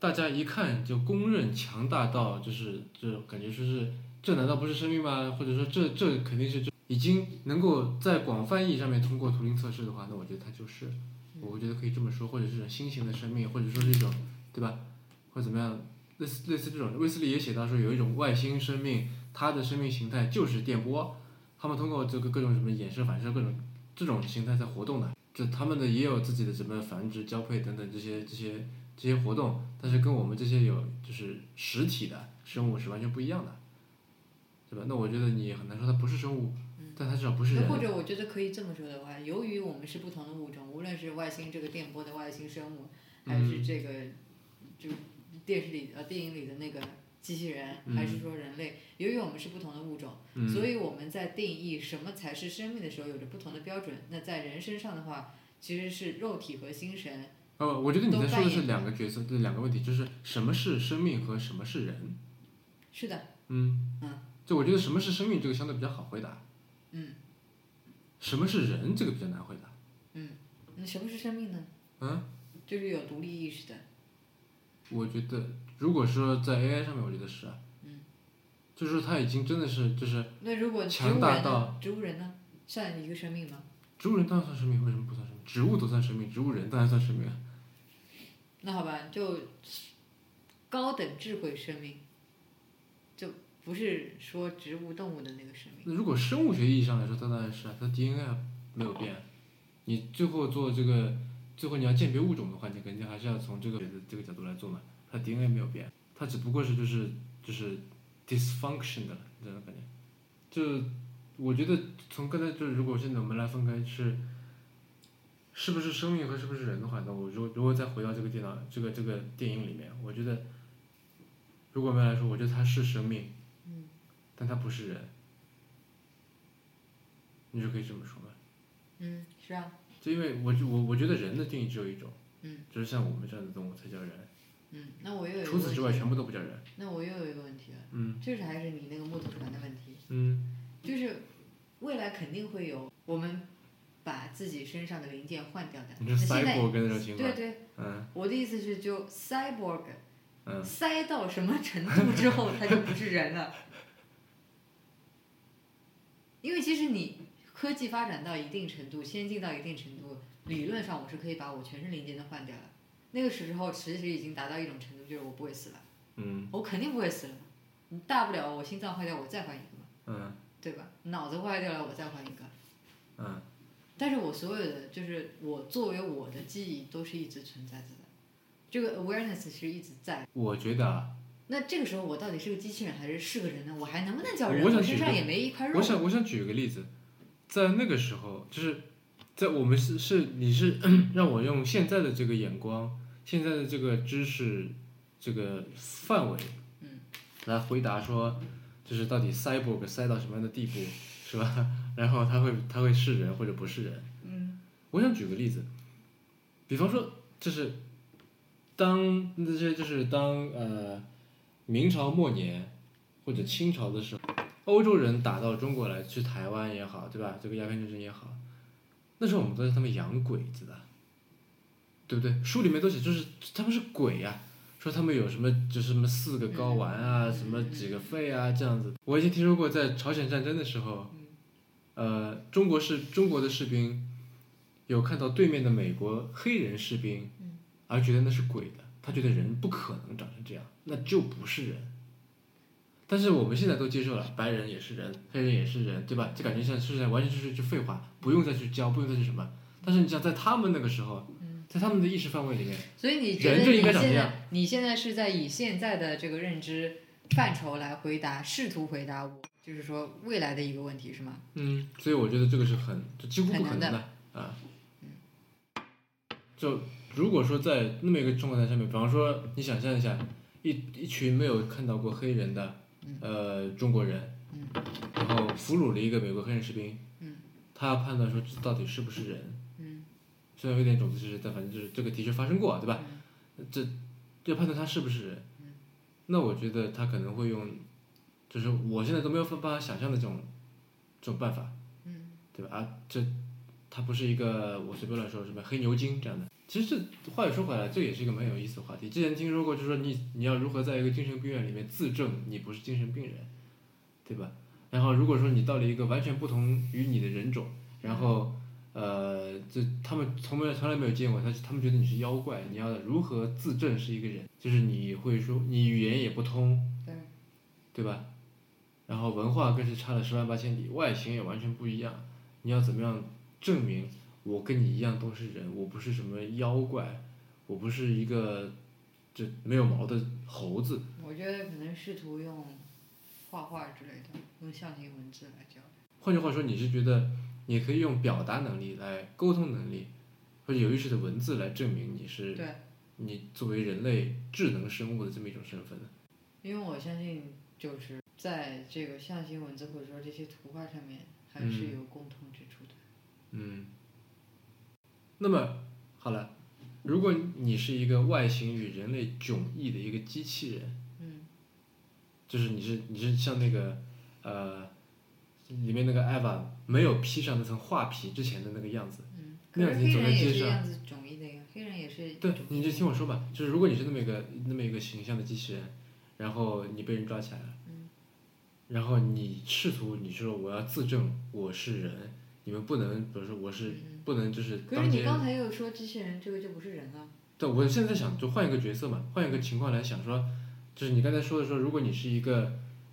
C: 大家一看就公认强大到就是就感觉说是这难道不是生命吗？或者说这这肯定是这已经能够在广泛意义上面通过图灵测试的话，那我觉得它就是，我觉得可以这么说，或者是一种新型的生命，或者说是一种对吧，或者怎么样，类似类似这种，卫斯理也写到说有一种外星生命，它的生命形态就是电波。他们通过这个各种什么衍射、反射各种这种形态在活动的，就他们的也有自己的什么繁殖、交配等等这些这些这些活动，但是跟我们这些有就是实体的生物是完全不一样的，对吧？那我觉得你很难说它不是生物，但它至少不是人。
B: 或者我觉得可以这么说的话，由于我们是不同的物种，无论是外星这个电波的外星生物，还
C: 嗯
B: 是这个、就电视里呃电影里的那个机器人，还是说人类，由于我们是不同的物种，
C: 嗯
B: 所以我们在定义什么才是生命的时候有着不同的标准。那在人身上的话，其实是肉体和精神。
C: 呃，我觉得你在说的
B: 都扮
C: 是
B: 演
C: 两个角色，对两个问题，就是什么是生命和什么是人。
B: 是的，
C: 嗯
B: 嗯，
C: 就我觉得什么是生命这个相对比较好回答。
B: 嗯。
C: 什么是人这个比较难回答。
B: 那什么是生命呢？
C: 嗯，
B: 就是有独立意识的。
C: 我觉得如果说在 AI 上面，我觉得是啊。
B: 嗯。
C: 就是说它已经真的是就是
B: 那如果植
C: 强
B: 物
C: 大
B: 人呢
C: 到？
B: 植物人呢？算一个生命吗？
C: 植物人当然算生命，为什么不算生命？植物都算生命，植物人当然算生命啊。
B: 那好吧，就高等智慧生命，就不是说植物动物的那个生命。
C: 那如果生物学意义上来说，它当然是啊，它 DNA 啊没有变啊。你最后做这个，最后你要鉴别物种的话，你肯定还是要从这个这个角度来做嘛。它 DNA 没有变，它只不过是就是就是 dysfunction 的了这种感觉。就我觉得从刚才就是，如果现在我们来分开是，是不是生命和是不是人的话，那我如果如果再回到这个电脑这个这个电影里面，我觉得，如果我们来说，我觉得它是生命，但它不是人。你就可以这么说嘛。
B: 嗯，是啊，
C: 就因为我就我我觉得人的定义只有一种，
B: 嗯，
C: 就是像我们这样的动物才叫人，
B: 嗯，那我又有一个
C: 除
B: 问
C: 此之外
B: 题
C: 全部都不叫人。
B: 那我又有一个问题了，
C: 嗯
B: 就是还是你那个木头船的问题，
C: 嗯
B: 就是未来肯定会有我们把自己身上的零件换掉的。
C: 你
B: 那
C: 是
B: 现在
C: cyborg 那种情况
B: 对，对，
C: 嗯
B: 我的意思是就 cyborg
C: 嗯，
B: 塞到什么程度之后，它就不是人了。 (laughs) 因为其实你科技发展到一定程度，先进到一定程度，理论上我是可以把我全身零件都换掉了。那个时候其实已经达到一种程度，就是我不会死了，
C: 嗯
B: 我肯定不会死了嘛。你大不了我心脏坏掉，我再换一个嘛，
C: 嗯
B: 对吧？脑子坏掉了，我再换一个。
C: 嗯
B: 但是我所有的就是我作为我的记忆都是一直存在着的，这个 awareness 是一直在的。
C: 我觉得啊，
B: 那这个时候我到底是个机器人还是是个人呢？我还能不能叫人？
C: 我想举
B: 身
C: 个
B: 上也没一块肉
C: 我。想我想举个例子，在那个时候，就是在我们是是你是 (clears throat) 让我用现在的这个眼光，现在的这个知识这个范围，
B: 嗯，
C: 来回答说，就是到底 cyborg 塞到什么样的地步，是吧？ (laughs) 然后他会他会是人或者不是人。
B: 嗯
C: 我想举个例子，比方说，就是当那些就是当呃明朝末年或者清朝的时候，欧洲人打到中国来，去台湾也好，对吧？这个鸦片战争也好，那时候我们都是他们洋鬼子的，对不对？书里面都写，就是他们是鬼呀、说他们有什么就是什么四个睾丸啊，什么几个肺啊这样子。我以前听说过，在朝鲜战争的时候，呃，中国是中国的士兵。有看到对面的美国黑人士兵，
B: 嗯
C: 而觉得那是鬼的，他觉得人不可能长成这样，那就不是人。但是我们现在都接受了，白人也是人，黑人也是人，对吧？就感觉像是在完全就是一句废话，不用再去教，不用再去什么。但是你想在他们那个时候，在他们的意识范围里面，
B: 所以你觉得
C: 人就
B: 你
C: 应该长
B: 现
C: 这
B: 在
C: 样
B: 你现在是在以现在的这个认知范畴来回答，试图回答我，就是说未来的一个问题是吗？
C: 嗯，所以我觉得这个是很，就几乎不可
B: 很
C: 能的啊。就如果说在那么一个中国台上面，比方说你想象一下，一一群没有看到过黑人的呃中国人，然后俘虏了一个美国黑人士兵，他判断说这到底是不是人，虽然有点种族歧视，但反正就是这个的确发生过，对吧？这要判断他是不是人，那我觉得他可能会用，就是我现在都没有办法想象的这种这种办法，对吧？啊，这它不是一个我随便乱说什么黑牛精这样的。其实这话又说回来，这也是一个蛮有意思的话题。之前听说过，就是说你你要如何在一个精神病院里面自证你不是精神病人，对吧？然后如果说你到了一个完全不同于你的人种，然后呃，这他们从没从来没有见过，他他们觉得你是妖怪，你要如何自证是一个人？就是你会说你语言也不通，
B: 对，
C: 对吧？然后文化更是差了十万八千里，外形也完全不一样。你要怎么样证明我跟你一样都是人，我不是什么妖怪，我不是一个这没有毛的猴子？
B: 我觉得可能试图用画画之类的，用象形文字来交流。
C: 换句话说，你是觉得你可以用表达能力来沟通能力，或者有意识的文字来证明你是
B: 对，
C: 你作为人类智能生物的这么一种身份的？
B: 因为我相信就是在这个象形文字或者说这些图画上面，还是有共通之处的。
C: 嗯，那么好了，如果你是一个外形与人类迥异的一个机器人，
B: 嗯，
C: 就是你是你是像那个呃里面那个艾娃没有披上那层画皮之前的那个样子，
B: 嗯，可
C: 那
B: 是
C: 样
B: 黑
C: 你走在
B: 人也
C: 街
B: 是
C: 上
B: 样子迥异的呀，啊黑人也是。
C: 对，你就听我。说吧，就是如果你是那么一个那么一个形象的机器人，然后你被人抓起来了，
B: 嗯
C: 然后你试图你说我要自证我是人，你们不能比如说我是
B: 嗯
C: 不能就是
B: 可是
C: 当街
B: 你刚才又说机器人，这个就不是人啊。
C: 对，我现在想就换一个角色嘛，换一个情况来想说，就是你刚才说的说，如果你是一个，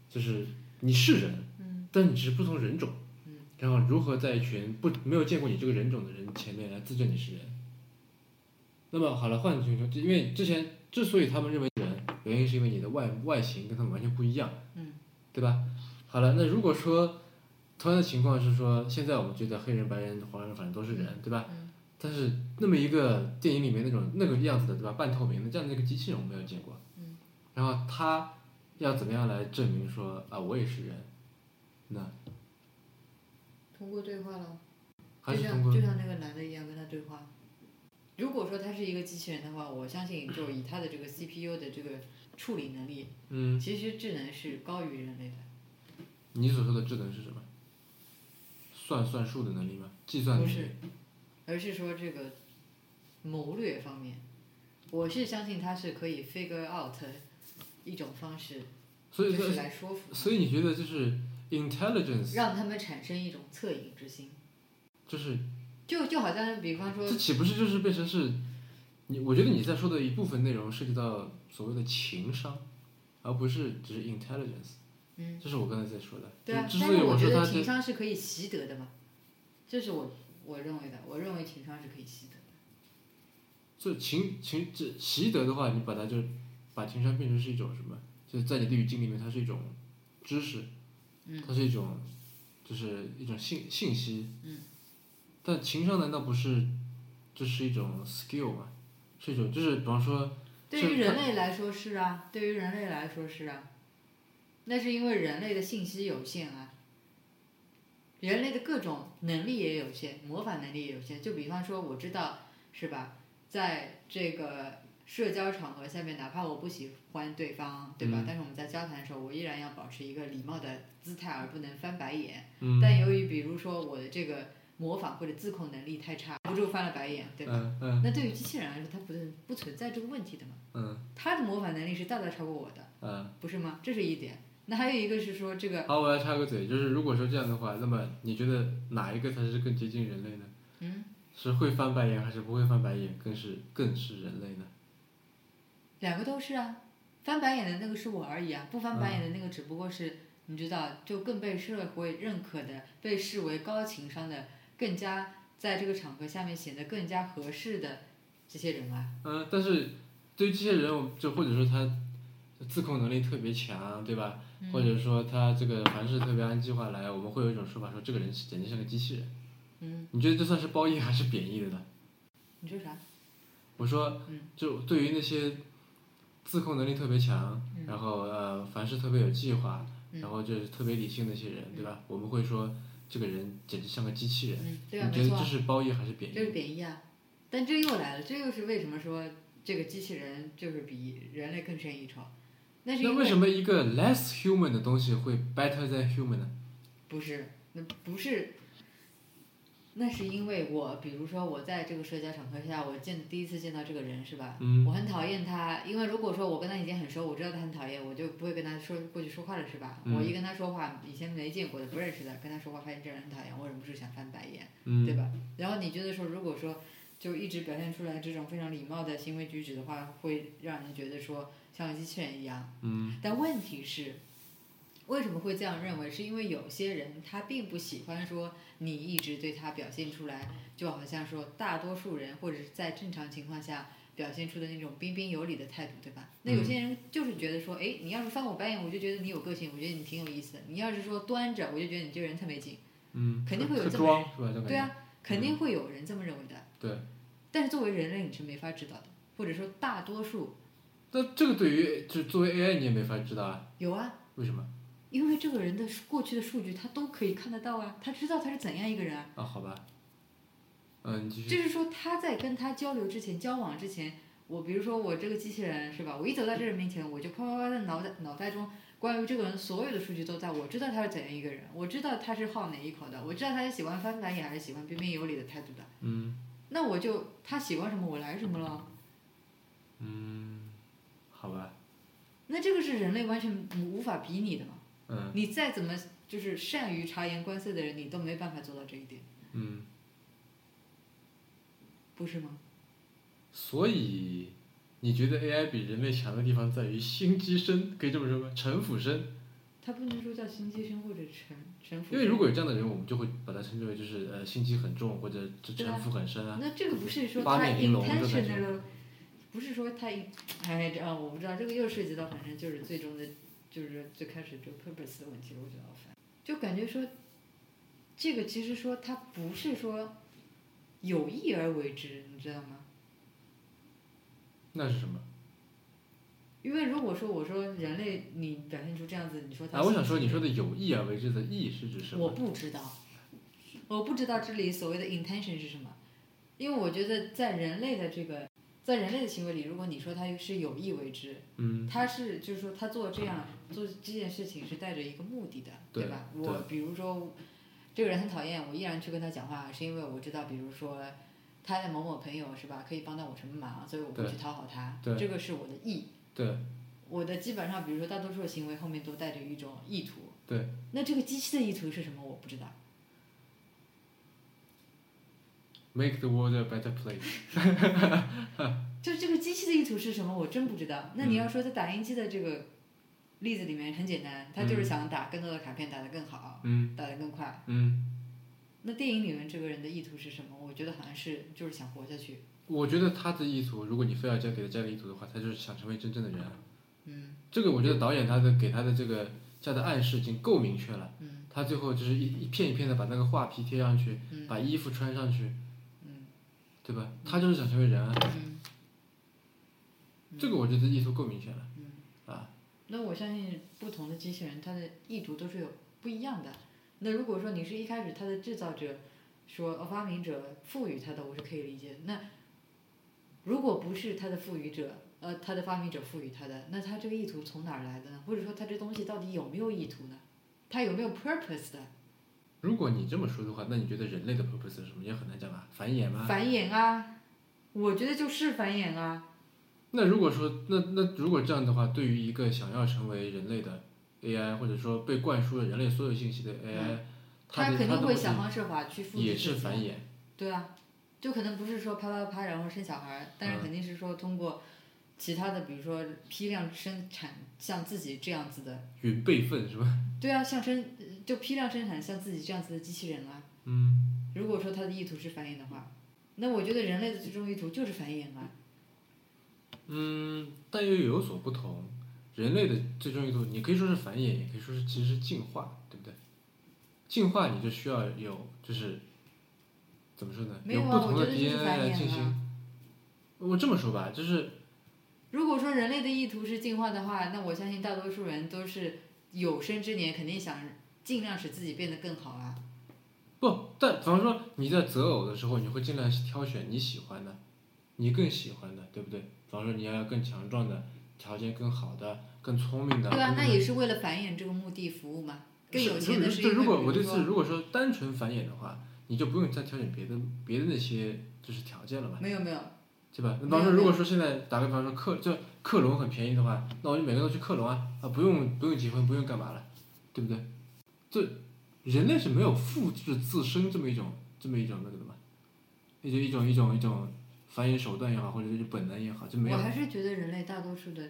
C: 就是你是人，
B: 嗯
C: 但你只是不同人种，
B: 嗯
C: 然后如何在一群不没有见过你这个人种的人前面来自证你是人？那么好了，换句话说，因为之前之所以他们认为人，原因是因为你的外外形跟他们完全不一样，
B: 嗯，
C: 对吧？好了，那如果说同样的情况是说，现在我们觉得黑人、白人、黄人反正都是人，对吧？
B: 嗯
C: 但是那么一个电影里面那种那个样子的，对吧？半透明的这样的一个机器人我没有见过。
B: 嗯。
C: 然后他要怎么样来证明说啊我也是人？那
B: 通过对话了，
C: 还
B: 就是
C: 通过
B: 像就像那个男的一样跟他对话。如果说他是一个机器人的话，我相信就以他的这个 CPU 的这个处理能力，
C: 嗯，
B: 其实智能是高于人类的。
C: 你所说的智能是什么？算算术的能力吗？计算能
B: 不
C: 力？
B: 是，而是说这个谋略方面，我是相信他是可以 figure out 一种方式，
C: 所
B: 就
C: 以说
B: 是，来说服他
C: 所以你觉得就是 intelligence
B: 让他们产生一种恻隐之心。
C: 就是
B: 就就好像比方说
C: 这，岂不是就是变成是，你我觉得你在说的一部分内容涉及到所谓的情商，而不是只是 intelligence。
B: 嗯，
C: 这是我刚才在说的。
B: 对啊，
C: 之
B: 但
C: 所以
B: 是我觉
C: 说
B: 得
C: 他
B: 情
C: 是，
B: 商是可以习得的嘛，这是我我认为的，我认为情商是可以习得的。
C: 就情情这习得的话，你把它就把情商变成是一种什么？就是在你的语境里面，它是一种知识，
B: 嗯
C: 它是一种就是一种信信息。
B: 嗯。
C: 但情商难道不是这是一种 skill 吗？是一种就是比方说，
B: 对
C: 是
B: 于人
C: 他
B: 类来说是啊，对于人类来说是啊，那是因为人类的信息有限啊，人类的各种能力也有限，模仿能力也有限。就比方说，我知道是吧，在这个社交场合下面，哪怕我不喜欢对方，对吧？
C: 嗯
B: 但是我们在交谈的时候，我依然要保持一个礼貌的姿态，而不能翻白眼。
C: 嗯
B: 但由于比如说我的这个模仿或者自控能力太差，不住翻了白眼，对吧？
C: 嗯嗯
B: 那对于机器人来说，它不是不存在这个问题的嘛？
C: 嗯
B: 他的模仿能力是大大超过我的，
C: 嗯。
B: 不是吗？这是一点。那还有一个是说这个，
C: 好，我要插个嘴，就是如果说这样的话，那么你觉得哪一个才是更接近人类呢？
B: 嗯，
C: 是会翻白眼还是不会翻白眼，更是更是人类呢？
B: 两个都是啊，翻白眼的那个是我而已啊，不翻白眼
C: 嗯
B: 的那个只不过是、你知道，就更被社会认可的，被视为高情商的，更加在这个场合下面显得更加合适的这些人啊。
C: 嗯，但是对于这些人，我就或者说他自控能力特别强，对吧？
B: 嗯
C: 或者说他这个凡事特别按计划来，我们会有一种说法说这个人是简直像个机器人。
B: 嗯，
C: 你觉得这算是褒义还是贬义的呢？
B: 你说啥？
C: 我说
B: 嗯，
C: 就对于那些自控能力特别强，
B: 嗯
C: 然后呃凡事特别有计划，
B: 嗯
C: 然后就是特别理性的一些人，对吧？我们会说这个人简直像个机器人。
B: 嗯，对啊，
C: 你觉
B: 没
C: 得
B: 错
C: 这
B: 啊，
C: 是褒义还是贬义？
B: 这是贬义啊。但这又来了，这又是为什么说这个机器人就是比人类更胜一筹？那是
C: 那
B: 因
C: 为什么一个 less human 的东西会 better than human 呢？
B: 不是，那不是，那是因为我，比如说我在这个社交场合下，我见第一次见到这个人是吧？
C: 嗯
B: 我很讨厌他，因为如果说我跟他已经很熟，我知道他很讨厌，我就不会跟他说过去说话了是吧？
C: 嗯
B: 我一跟他说话，以前没见过的、不认识的，跟他说话，发现这人很讨厌，我忍不住想翻白眼，
C: 嗯，
B: 对吧？然后你觉得说，如果说就一直表现出来这种非常礼貌的行为举止的话，会让人觉得说像机器人一样。
C: 嗯
B: 但问题是，为什么会这样认为？是因为有些人他并不喜欢说你一直对他表现出来，就好像说大多数人或者是在正常情况下表现出的那种彬彬有礼的态度，对吧？那有些人就是觉得说，哎，你要是翻我白眼，我就觉得你有个性，我觉得你挺有意思的；你要是说端着，我就觉得你这人特没劲。
C: 嗯，
B: 肯定会有
C: 是
B: 这么
C: 装是吧？这感觉
B: 对，啊，肯定会有人这么认为的。
C: 对。
B: 但是作为人类，你是没法知道的，或者说大多数
C: 但这个对于就作为 AI 你也没法知道啊，
B: 有啊，
C: 为什么
B: 因为这个人的过去的数据他都可以看得到啊，他知道他是怎样一个人啊。
C: 啊？好吧，嗯，你继续，
B: 就是说他在跟他交流之前、交往之前，我比如说我这个机器人是吧？我一走到这人面前，我就啪啪啪的脑袋脑袋中关于这个人所有的数据都在，我知道他是怎样一个人，我知道他是好哪一口的，我知道他是喜欢翻白眼还是喜欢彬彬有礼的态度的。
C: 嗯
B: 那我就他喜欢什么我来什么了。
C: 嗯，好吧，
B: 那这个是人类完全无法比拟的嘛？
C: 嗯
B: 你再怎么就是善于察言观色的人，你都没办法做到这一点，
C: 嗯。
B: 不是吗？
C: 所以，你觉得 AI 比人类强的地方在于心机深，可以这么说吗？城府深。
B: 他不能说叫心机深或者城城府深。
C: 因为如果有这样的人，我们就会把他称之为就是呃心机很重或者这
B: 对啊
C: 城府很深啊。
B: 那这个不是说
C: 八
B: 他
C: 面玲珑的感觉
B: intentional，不是说他，哎，这啊，我不知道，这个又涉及到反正就是最终的，就是最开始这个 purpose 的问题了，我觉得好烦，就感觉说，这个其实说他不是说有意而为之，你知道吗？
C: 那是什么？
B: 因为如果说我说人类你表现出这样子，你说他
C: 啊，我想
B: 心
C: 说，
B: 机
C: 你说的有意而为之的意是指什
B: 我
C: 么？
B: 不知道，我不知道这里所谓的 intention 是什么，因为我觉得在人类的这个，在人类的行为里，如果你说他是有意为之，
C: 嗯
B: 他是就是说他做这样做这件事情是带着一个目的的，
C: 对
B: 对吧？我比如说这个人很讨厌，我依然去跟他讲话，是因为我知道，比如说他的某某朋友是吧，可以帮到我什么忙，所以我会
C: 对
B: 去讨好他，
C: 对
B: 这个是我的意。
C: 对，
B: 我的基本上，比如说大多数的行为后面都带着一种意图。
C: 对。
B: 那这个机器的意图是什么？我不知道。
C: ，make the world a better place。
B: 就是这个机器的意图是什么？我真不知道。那你
C: 嗯
B: 要说在打印机的这个例子里面，很简单，他就是想打更多的卡片，打得更好，
C: 嗯
B: 打得更快。
C: 嗯，
B: 那电影里面这个人的意图是什么？我觉得好像是就是想活下去。
C: 我觉得他的意图，如果你非要加给他加个意图的话，他就是想成为真正的人啊。
B: 嗯
C: 这个我觉得导演他的给他的这个加的暗示已经够明确了。
B: 嗯
C: 他最后就是一一片一片的把那个画皮贴上去，
B: 嗯
C: 把衣服穿上去，
B: 嗯
C: 对吧？他就是想成为人啊，
B: 嗯。
C: 这个我觉得意图够明显了。
B: 那我相信不同的机器人，它的意图都是有不一样的。那如果说你是一开始它的制造者，说呃发明者赋予它的，我是可以理解的。那如果不是它的赋予者，呃，它的发明者赋予它的，那它这个意图从哪儿来的呢？或者说它这东西到底有没有意图呢？它有没有 purpose 的？
C: 如果你这么说的话，那你觉得人类的 purpose 是什么？也很难讲吧，繁衍吗？
B: 繁衍啊，我觉得就是繁衍啊。
C: 那如果说那那如果这样的话，对于一个想要成为人类的 AI，或者说被灌输了人类所有信息的 AI，、它的
B: 嗯肯定
C: 它的
B: 会
C: 目的
B: 想方设法去复制
C: 也
B: 自己
C: 是
B: 啊
C: 繁衍，
B: 对啊，就可能不是说啪啪啪然后生小孩儿，但是
C: 嗯
B: 肯定是说通过其他的，比如说批量生产像自己这样子的，
C: 云备份是吧？
B: 对啊，像生就批量生产像自己这样子的机器人啊。
C: 嗯，
B: 如果说他的意图是繁衍的话，那我觉得人类的最终意图就是繁衍啊。
C: 嗯，但又有所不同。人类的最终意图，你可以说是繁衍，也可以说是其实是进化，对不对？进化你就需要有，就是怎么说呢？
B: 没有
C: 不
B: 啊，我
C: 同
B: 觉
C: 的
B: 得就是
C: DNA
B: 繁
C: 来进
B: 衍
C: 行。
B: 啊。
C: 我这么说吧，就是
B: 如果说人类的意图是进化的话，那我相信大多数人都是有生之年肯定想尽量使自己变得更好啊。
C: 不，但比方说你在择偶的时候，你会尽量挑选你喜欢的，你更喜欢的，对不对？比方说你要更强壮的，条件更好的，更聪明的。嗯
B: 对啊，
C: 更
B: 那也是为了繁衍这个目的服务嘛。更有钱的
C: 如
B: 是因
C: 对，
B: 为
C: 如果我
B: 比
C: 这
B: 如说
C: 次如果说单纯繁衍的话，你就不用再挑选别的别的那些就是条件了嘛，
B: 没有没有，
C: 对吧？那比
B: 没有
C: 方说，
B: 没有
C: 如果说现在打个比方说克就克隆很便宜的话，那我就每个人都去克隆啊啊，不用不用结婚，不用干嘛了，对不对？这人类是没有复制自身这么一种这么一种那个的嘛，一种一种一种一种繁衍手段也好，或者是本能也好，就没有
B: 我。还是觉得人类大多数的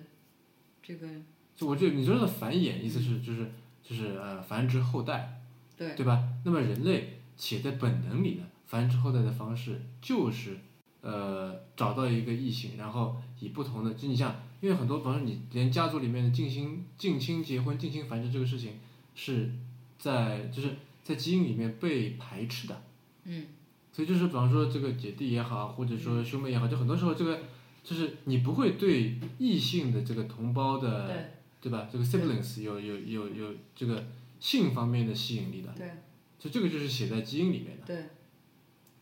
B: 这个
C: 就我觉得你说的繁衍，意思是就是就是呃繁殖后代，
D: 对，
C: 对吧？那么人类且在本能里呢，繁殖后代的方式就是呃找到一个异性，然后以不同的，就你像，因为很多，比方说你连家族里面的近亲近亲结婚、近亲繁殖这个事情是在就是在基因里面被排斥的，
D: 嗯，
C: 所以就是比方说这个姐弟也好，或者说兄妹也好，就很多时候这个就是你不会对异性的这个同胞的
D: 对
C: 对吧？这个 siblings 有有有有这个性方面的吸引力的，
D: 对
C: 就这个就是写在基因里面的。
D: 对，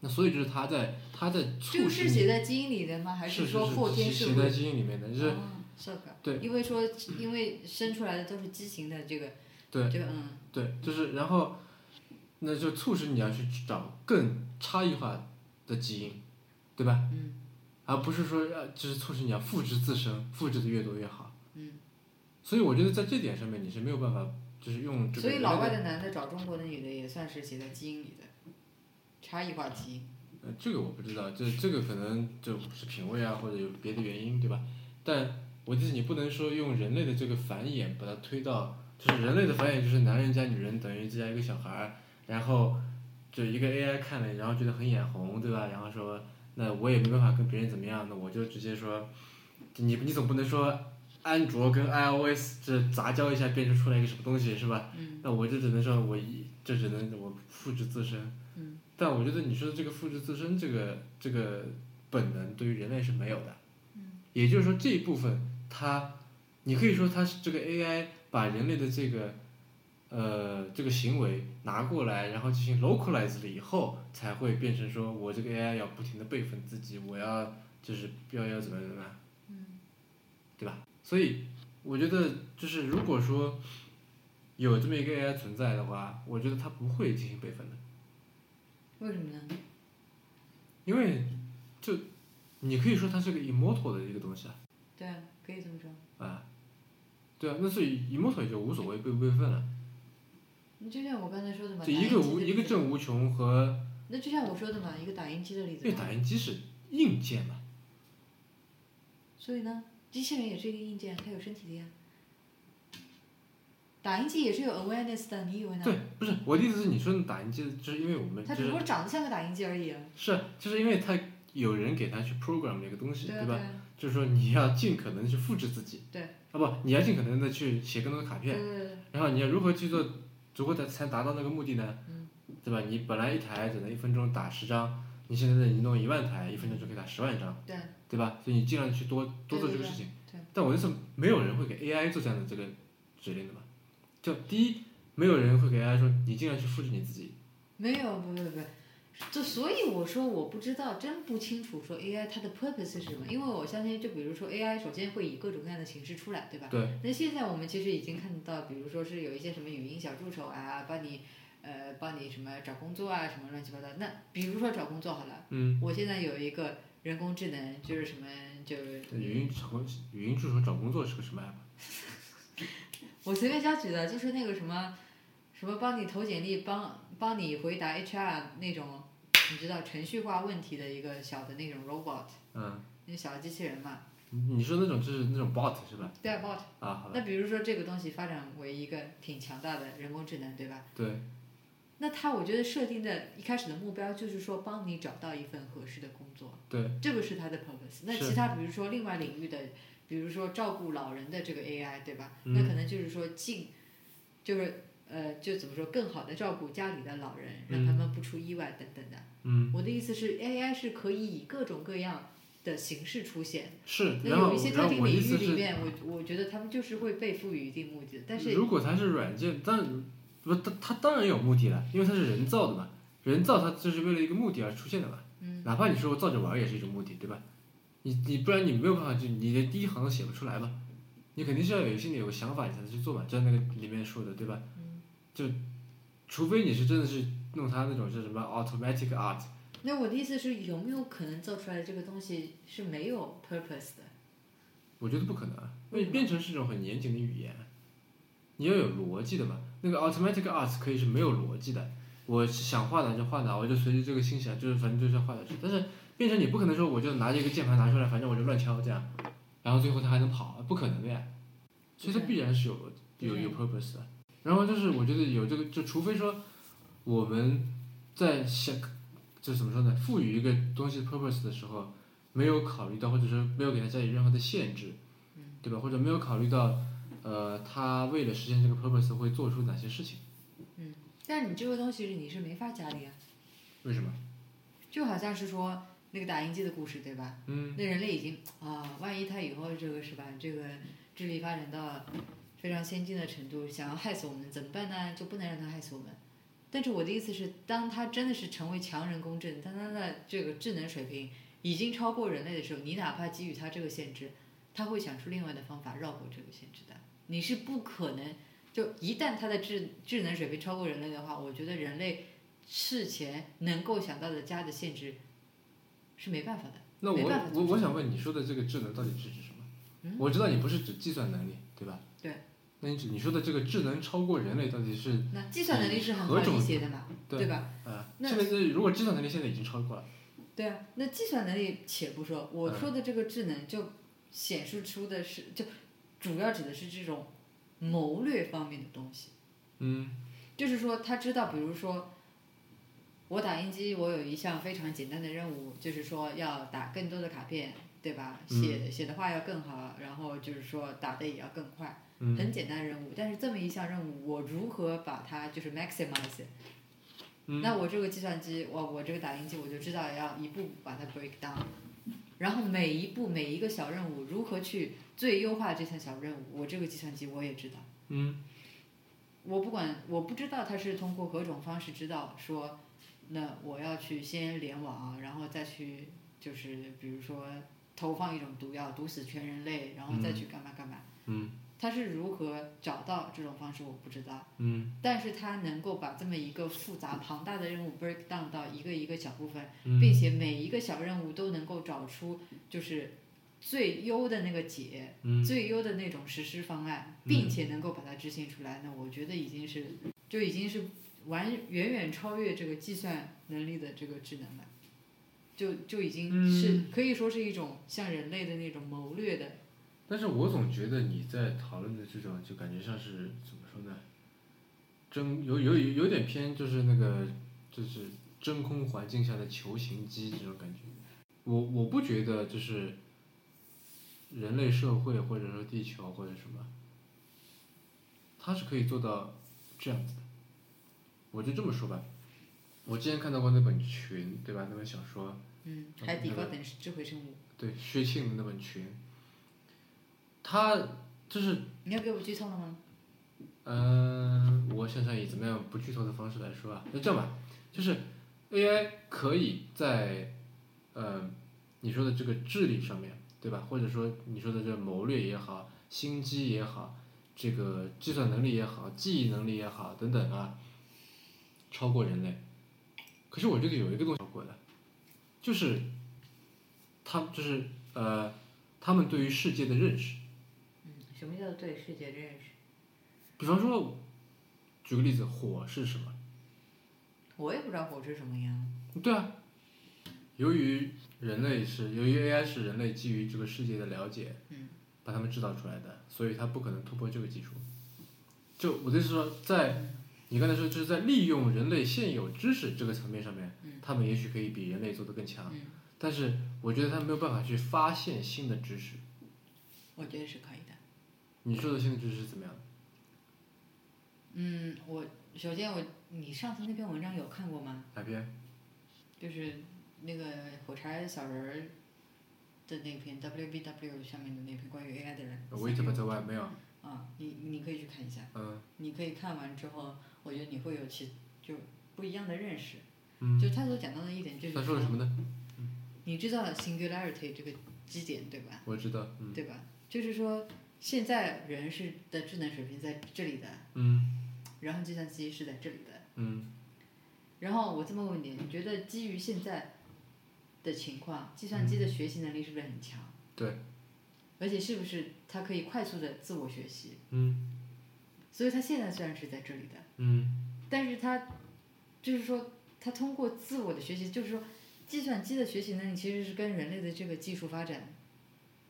C: 那所以就是他在他在
B: 这
C: 促
B: 个是
C: 使
B: 写
C: 你，
B: 在基因里的吗？还
C: 是
B: 说后天
C: 是
B: 是
C: 是写在基因里面的，就是、
B: 哦这个，
C: 对
B: 因为说因为生出来的都是畸形的这个，
C: 对
B: 这个嗯，
C: 对，就是然后那就促使你要去找更差异化的基因，对吧？
B: 嗯。
C: 而不是说呃，就是促使你要复制自身，复制的越多越好。
B: 嗯。
C: 所以我觉得在这点上面你是没有办法，就是用这个
B: 所以
C: 人类
B: 老外
C: 的
B: 的男的找中国的女的也算是写在基因里的，差异化基因。
C: 呃，这个我不知道，这这个可能就是品味啊，或者有别的原因，对吧？但我就是你不能说用人类的这个繁衍把它推到，就是人类的繁衍就是男人加女人等于再加一个小孩儿，然后就一个 AI 看了，然后觉得很眼红，对吧？然后说那我也没办法跟别人怎么样，那我就直接说，你你总不能说安卓跟 iOS 这杂交一下变成出来一个什么东西是吧？
B: 嗯
C: 那我就只能说我一这只能我复制自身。
B: 嗯。
C: 但我觉得你说的这个复制自身这个这个本能对于人类是没有的。嗯。也就是说这一部分它，你可以说它是这个 AI 把人类的这个。呃，这个行为拿过来，然后进行 localize 了以后，才会变成说我这个 AI 要不停的备份自己，我要就是要要怎么样怎么样，
B: 嗯
C: 对吧？所以我觉得就是如果说有这么一个 AI 存在的话，我觉得它不会进行备份的，
B: 为什么呢？
C: 因为就你可以说它是个 immortal 的一个东西啊，
B: 对啊，可以这么说。
C: 啊，对啊，那所以 immortal 也就无所谓备不备份了，
B: 那就像我刚才说的嘛，
C: 就
B: 打
C: 一
B: 印
C: 个
B: 机
C: 无
B: 的
C: 一个
B: 例子
C: 正无穷和
B: 那就像我说的嘛，一个打印机的例
C: 因
B: 子
C: 为
B: 嘛。
C: 打印机是硬件嘛，
B: 所以呢，机器人也是一个硬件，它有身体的呀。打印机也是有 awareness 的，你以为呢？
C: 对，不是我的意思是你说的打印机，就是因为我们就
B: 它只
C: 是
B: 不过长得像个打印机而已啊。
C: 是就是因为它有人给它去 program 这个东西，
B: 对啊
C: 吧？
B: 啊，
C: 就是说你要尽可能去复制自己，
B: 对
C: 啊不，你要尽可能的去写更多的卡
B: 对啊
C: 片，
B: 对对。
C: 然后你要如何去做，如何才才达到那个目的呢？
B: 嗯
C: 对吧？你本来一台只能一分钟打十张，你现在你弄一万台，一分钟就可以打十万张，
B: 对
C: 对吧？所以你尽量去多多做这个事情。
B: 对对啊
C: 但我就是没有人会给 AI 做这样的这个指令的嘛。就第一，没有人会给 AI 说你尽量去复制你自己。
B: 没有，不不不，就所以我说我不知道，真不清楚说 AI 它的 purpose 是什么，因为我相信，就比如说 AI 首先会以各种各样的形式出来，对吧？
C: 对。
B: 那现在我们其实已经看到，比如说是有一些什么语音小助手啊，帮你呃帮你什么找工作啊，什么乱七八糟。那比如说找工作好了，
C: 嗯，
B: 我现在有一个人工智能，就是什么就是
C: 语音找工语音助手找工作是个什么 app？
B: 我随便瞎举的，就是那个什么，什么帮你投简历，帮帮你回答 HR 那种，你知道程序化问题的一个小的那种 robot，
C: 嗯，
B: 那小机器人嘛，
C: 你你说那种就是那种 bot 是吧？
B: 对啊 bot。
C: 啊，好吧，
B: 那比如说这个东西发展为一个挺强大的人工智能，对吧？
C: 对，
B: 那它我觉得设定的一开始的目标就是说帮你找到一份合适的工作，
C: 对，
B: 这个是它的 purpose。那
C: 是
B: 其他比如说另外领域的，比如说照顾老人的这个 AI，对吧？
C: 嗯
B: 那可能就是说尽，就是呃，就怎么说，更好的照顾家里的老人，让
C: 嗯
B: 他们不出意外等等的。
C: 嗯，
B: 我的意思是，AI 是可以以各种各样的形式出现。
C: 是，
B: 那
C: 嗯然后
B: 有一些特
C: 然后
B: 定
C: 我的
B: 领
C: 意
B: 域
C: 思
B: 里
C: 是，
B: 面，我我觉得他们就是会被赋予一定目的的，但是
C: 如果它是软件，但不，它它当然有目的了，因为它是人造的嘛，人造它就是为了一个目的而出现的嘛。
B: 嗯
C: 哪怕你说我造着玩儿也是一种目的，对吧？你你不然你没有办法，就你连第一行都写不出来嘛。你肯定是要有心里有个想法，你才能去做嘛，就像那个里面说的，对吧？
B: 嗯
C: 就除非你是真的是弄它那种叫什么 automatic art，
B: 那我的意思是，有没有可能造出来的这个东西是没有 purpose 的？
C: 我觉得不可能啊，因
B: 为
C: 为
B: 什么
C: 编程是一种很严谨的语言，你要有逻辑的嘛。那个 automatic art 可以是没有逻辑的，我想画哪就画哪，我就随着这个心想，就是反正就是画下去。但是编程你不可能说我就拿着一个键盘拿出来，反正我就乱敲这样，然后最后它还能跑，不可能的呀。所以它
B: 对
C: 必然是有有有
B: 对
C: purpose 的。然后就是我觉得有这个，就除非说我们在想，就怎么说呢，赋予一个东西 purpose 的时候，没有考虑到，或者说没有给它加以任何的限制，
B: 嗯
C: 对吧？或者没有考虑到，呃，他为了实现这个 purpose 会做出哪些事情？
B: 但你这个东西你是没法加的呀，
C: 为什么？
B: 就好像是说那个打印机的故事，对吧？
C: 嗯
B: 那人类已经啊，万一他以后这个是吧，这个智力发展到非常先进的程度，想要害死我们怎么办呢？就不能让他害死我们。但是我的意思是，当他真的是成为强人工智能，当他的这个智能水平已经超过人类的时候，你哪怕给予他这个限制，他会想出另外的方法绕过这个限制的。你是不可能，就一旦他的智智能水平超过人类的话，我觉得人类事前能够想到的加的限制是没办法的。
C: 那我
B: 没办法
C: 我
B: 做
C: 我想问你说的这个智能到底是指什么？
B: 嗯
C: 我知道你不是指计算能力，对吧？
B: 对。
C: 那你指你说的这个智能超过人类到底是
B: 那计算能力是很好
C: 何种
B: 理解的嘛，
C: 对
B: 对吧？
C: 啊？
B: 那
C: 现在是如果计算能力现在已经超过了，
B: 对啊，那计算能力且不说，我
C: 嗯
B: 说的这个智能就显示出的是，就主要指的是这种谋略方面的东西。
C: 嗯
B: 就是说他知道，比如说，我打印机，我有一项非常简单的任务，就是说要打更多的卡片，对吧？写、
C: 嗯
B: 写的话要更好，然后就是说打的也要更快，
C: 嗯
B: 很简单的任务。但是这么一项任务，我如何把它就是 maximize？
C: 嗯
B: 那我这个计算机，我我这个打印机，我就知道要一步步把它 break down，然后每一步每一个小任务如何去最优化这项小任务，我这个计算机我也知道。
C: 嗯
B: 我不管，我不知道他是通过何种方式知道说，那我要去先联网，然后再去就是比如说投放一种毒药，毒死全人类，然后再去干嘛干嘛。
C: 嗯
B: 他是如何找到这种方式，我不知道。
C: 嗯
B: 但是他能够把这么一个复杂庞大的任务 break down 到一个一个小部分，并
C: 嗯
B: 且每一个小任务都能够找出就是最优的那个解，
C: 嗯
B: 最优的那种实施方案，
C: 嗯
B: 并且能够把它执行出来，那我觉得已经是就已经是完远远超越这个计算能力的这个智能了，就就已经是、
C: 嗯
B: 可以说是一种像人类的那种谋略的，
C: 但是我总觉得你在讨论的这种，就感觉像是怎么说呢？真有有有有点偏，就是那个就是真空环境下的球形机这种感觉。我我不觉得就是人类社会或者说地球或者什么，它是可以做到这样子的。我就这么说吧，我之前看到过那本《群》，对吧？那本小说，
B: 嗯，海底高等是智慧生物。
C: 对薛庆的那本《群》，他就是
B: 你要给我剧透了吗？
C: 嗯，我想想以怎么样不剧透的方式来说啊，那这样吧，就是 AI 可以在，呃，你说的这个智力上面，对吧？或者说你说的这谋略也好，心机也好，这个计算能力也好，记忆能力也好，等等啊，超过人类。可是我觉得有一个东西超过的，就是，他就是呃，他们对于世界的认识。
B: 嗯，什么叫做对世界认识？
C: 比方说，举个例子，火是什么？
B: 我也不知道火是什么样。
C: 对啊，由于人类是由于 AI 是人类基于这个世界的了解，
B: 嗯，
C: 把他们制造出来的，所以它不可能突破这个技术。就我的意思说，在
B: 嗯
C: 你刚才说，就是在利用人类现有知识这个层面上面，
B: 嗯
C: 他们也许可以比人类做得更强，
B: 嗯，
C: 但是我觉得他没有办法去发现新的知识。
B: 我觉得是可以的。
C: 你说的新的知识是怎么样的？
B: 嗯，我首先我你上次那篇文章有看过吗？
C: 哪边？
B: 就是那个火柴小人儿的那篇 WBW 上面的那篇关于 AI 的人。
C: 呃我一直不在外没有。
B: 啊，你你可以去看一下，
C: 嗯
B: 你可以看完之后，我觉得你会有其就不一样的认识。
C: 嗯，
B: 就他所讲到的一点就是
C: 他说了什么呢？嗯
B: 你知道 singularity 这个基点对吧？
C: 我知道。嗯
B: 对吧？就是说现在人是的智能水平在这里的，
C: 嗯
B: 然后计算机是在这里的。
C: 嗯
B: 然后我这么问你，你觉得基于现在的情况，计算机的学习能力是不是很强？
C: 对。
B: 而且是不是它可以快速的自我学习？
C: 嗯
B: 所以它现在虽然是在这里的，
C: 嗯
B: 但是它就是说，它通过自我的学习，就是说，计算机的学习能力其实是跟人类的这个技术发展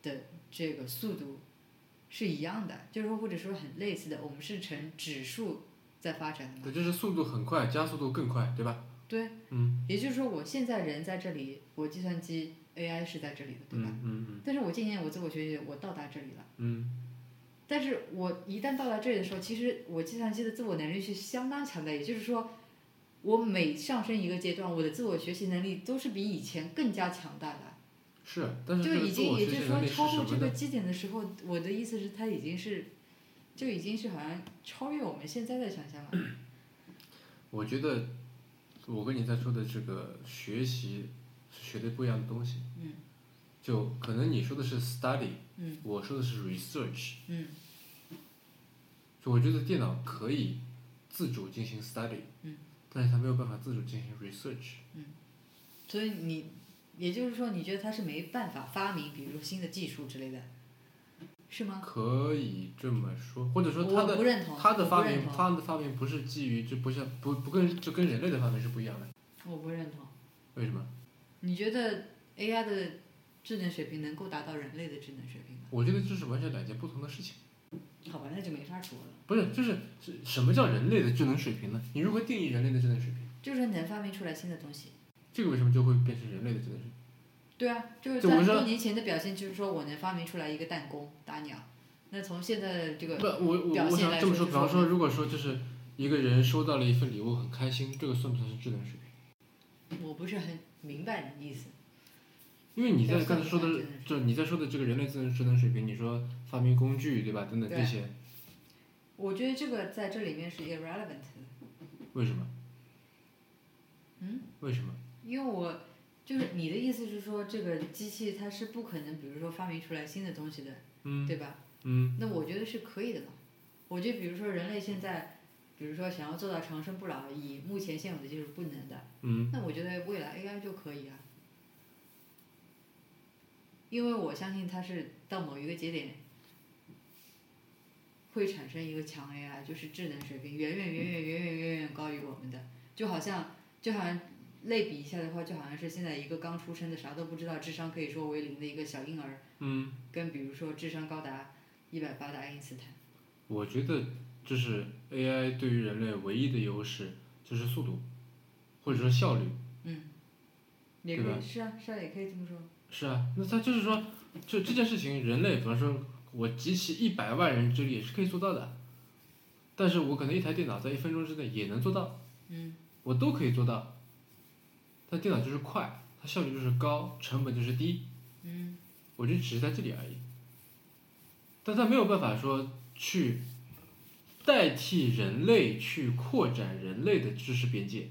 B: 的这个速度是一样的，就是说或者说很类似的，我们是呈指数在发展的嘛。
C: 对，就是速度很快，加速度更快，对吧？
B: 对，
C: 嗯
B: 也就是说我现在人在这里，我计算机 AI 是在这里的，对吧？
C: 嗯嗯
B: 但是我今年我自我学习，我到达这里了。
C: 嗯
B: 但是我一旦到达这里的时候，其实我计算机的自我能力是相当强的，也就是说，我每上升一个阶段，我的自我学习能力都是比以前更加强大的，
C: 嗯，是，但是
B: 就
C: 这个
B: 已
C: 自
B: 经
C: 我
B: 也
C: 实
B: 就是
C: 现
B: 说
C: 能力是
B: 超过
C: 什
B: 这
C: 么
B: 个
C: 呢？
B: 基点的时候，我的意思是，它已经是，就已经是好像超越我们现在的想象了。
C: 我觉得我跟你在说的这个学习是学的不一样的东西。
B: 嗯。
C: 就可能你说的是 study，
B: 嗯
C: 我说的是 research。
B: 嗯
C: 就我觉得电脑可以自主进行 study，
B: 嗯
C: 但是它没有办法自主进行 research。
B: 所以你，也就是说，你觉得它是没办法发明，比如说新的技术之类的，是吗？
C: 可以这么说，或者说它
B: 我
C: 的
B: 不认同，
C: 它的
B: 我
C: 发
B: 不认
C: 明，
B: 同，
C: 它的发明不是基于，就不像不不跟就跟人类的发明是不一样的。
B: 我不认同。
C: 为什么？
B: 你觉得 AI 的智能水平能够达到人类的智能水平吗？
C: 我觉得这是完全两件不同的事情。
B: 好吧，那就没法说了。
C: 不是，就是是什么叫人类的智能水平呢？你如何定义人类的智能水平？
B: 就是能发明出来新的东西。
C: 这个为什么就会变成人类的智能水平？
B: 对啊，就是
C: 就我
B: 在
C: 说
B: 多年前的表现，就是说我能发明出来一个弹弓打鸟。那从现在的这
C: 不
B: 个，，
C: 我我
B: 呃表
C: 我
B: 现
C: 想
B: 来
C: 这么
B: 说
C: 说，
B: 就是
C: 比方
B: 说
C: 说，如果说就是一个人收到了一份礼物很开心，这个算不算是智能水平？
B: 我不是很明白你的意思。
C: 因为你在
B: 对
C: 刚才说的
B: 算不算智能，
C: 就你在说的这个人类智能智能水平，你说发明工具对吧？啊等等
B: 对
C: 这些，
B: 我觉得这个在这里面是 irrelevant 的，
C: 为什么？
B: 嗯？
C: 为什么？
B: 因为我就是你的意思是说，这个机器它是不可能，比如说发明出来新的东西的，
C: 嗯
B: 对吧？
C: 嗯
B: 那我觉得是可以的嘛。我觉得，比如说人类现在，比如说想要做到长生不老，以目前现有的技术不能的，
C: 嗯
B: 那我觉得未来 AI 就可以啊。因为我相信它是到某一个节点，会产生一个强 AI，就是智能水平远远远远远远远远高于我们的，就好像就好像类比一下的话，就好像是现在一个刚出生的啥都不知道，智商可以说为零的一个小婴儿。
C: 嗯，
B: 跟比如说智商高达一百八的爱因斯坦，
C: 我觉得就是 AI 对于人类唯一的优势就是速度，或者说效率。
B: 也
C: 对
B: 可
C: 吧
B: 以是啊是啊，也可以这么说。
C: 是啊，那它就是说，就这件事情，人类比方说，我集齐一百万人之力也是可以做到的，但是我可能一台电脑在一分钟之内也能做到，
B: 嗯，
C: 我都可以做到。但电脑就是快，它效率就是高，成本就是低，
B: 嗯，
C: 我觉得只是在这里而已。但它没有办法说去代替人类去扩展人类的知识边界。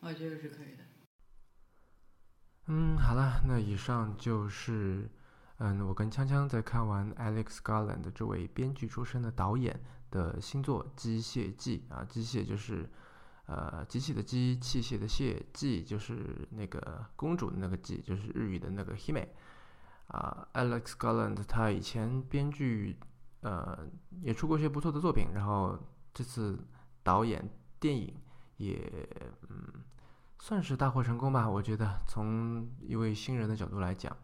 B: 我觉得是可以的。
A: 嗯，好了，那以上就是，嗯，我跟锵锵在看完 Alex Garland 这位编剧出身的导演的新作《机械记》啊，机械就是，呃，机器的机，器械的械，记就是那个公主的那个记，就是日语的那个 hime。啊，Alex Garland 他以前编剧，呃，也出过一些不错的作品，然后这次导演电影也，嗯。算是大获成功吧。我觉得从一位新人的角度来讲，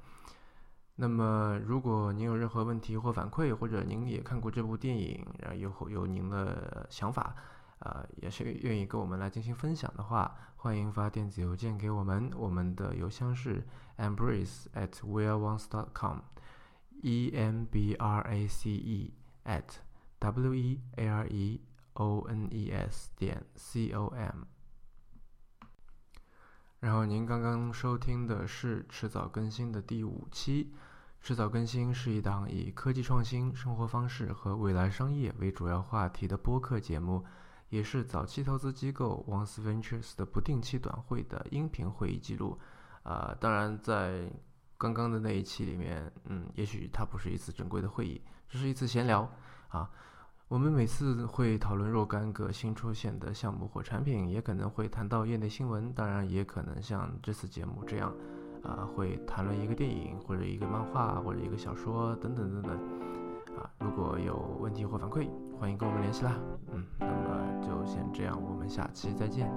A: 那么如果您有任何问题或反馈，或者您也看过这部电影，然后有有您的想法，呃，也是愿意跟我们来进行分享的话，欢迎发电子邮件给我们，我们的邮箱是 embrace at weareones.com，e m b r a c e at w e a r e o n e s 点 c o m。然后您刚刚收听的是迟早更新的第五期。迟早更新是一档以科技创新、生活方式和未来商业为主要话题的播客节目，也是早期投资机构 Once Ventures 的不定期短会的音频会议记录。呃，当然在刚刚的那一期里面，嗯，也许它不是一次正规的会议，只是一次闲聊啊。我们每次会讨论若干个新出现的项目或产品，也可能会谈到业内新闻，当然也可能像这次节目这样，啊、会谈论一个电影或者一个漫画或者一个小说等等等等。啊，如果有问题或反馈，欢迎跟我们联系啦。嗯，那么就先这样，我们下期再见，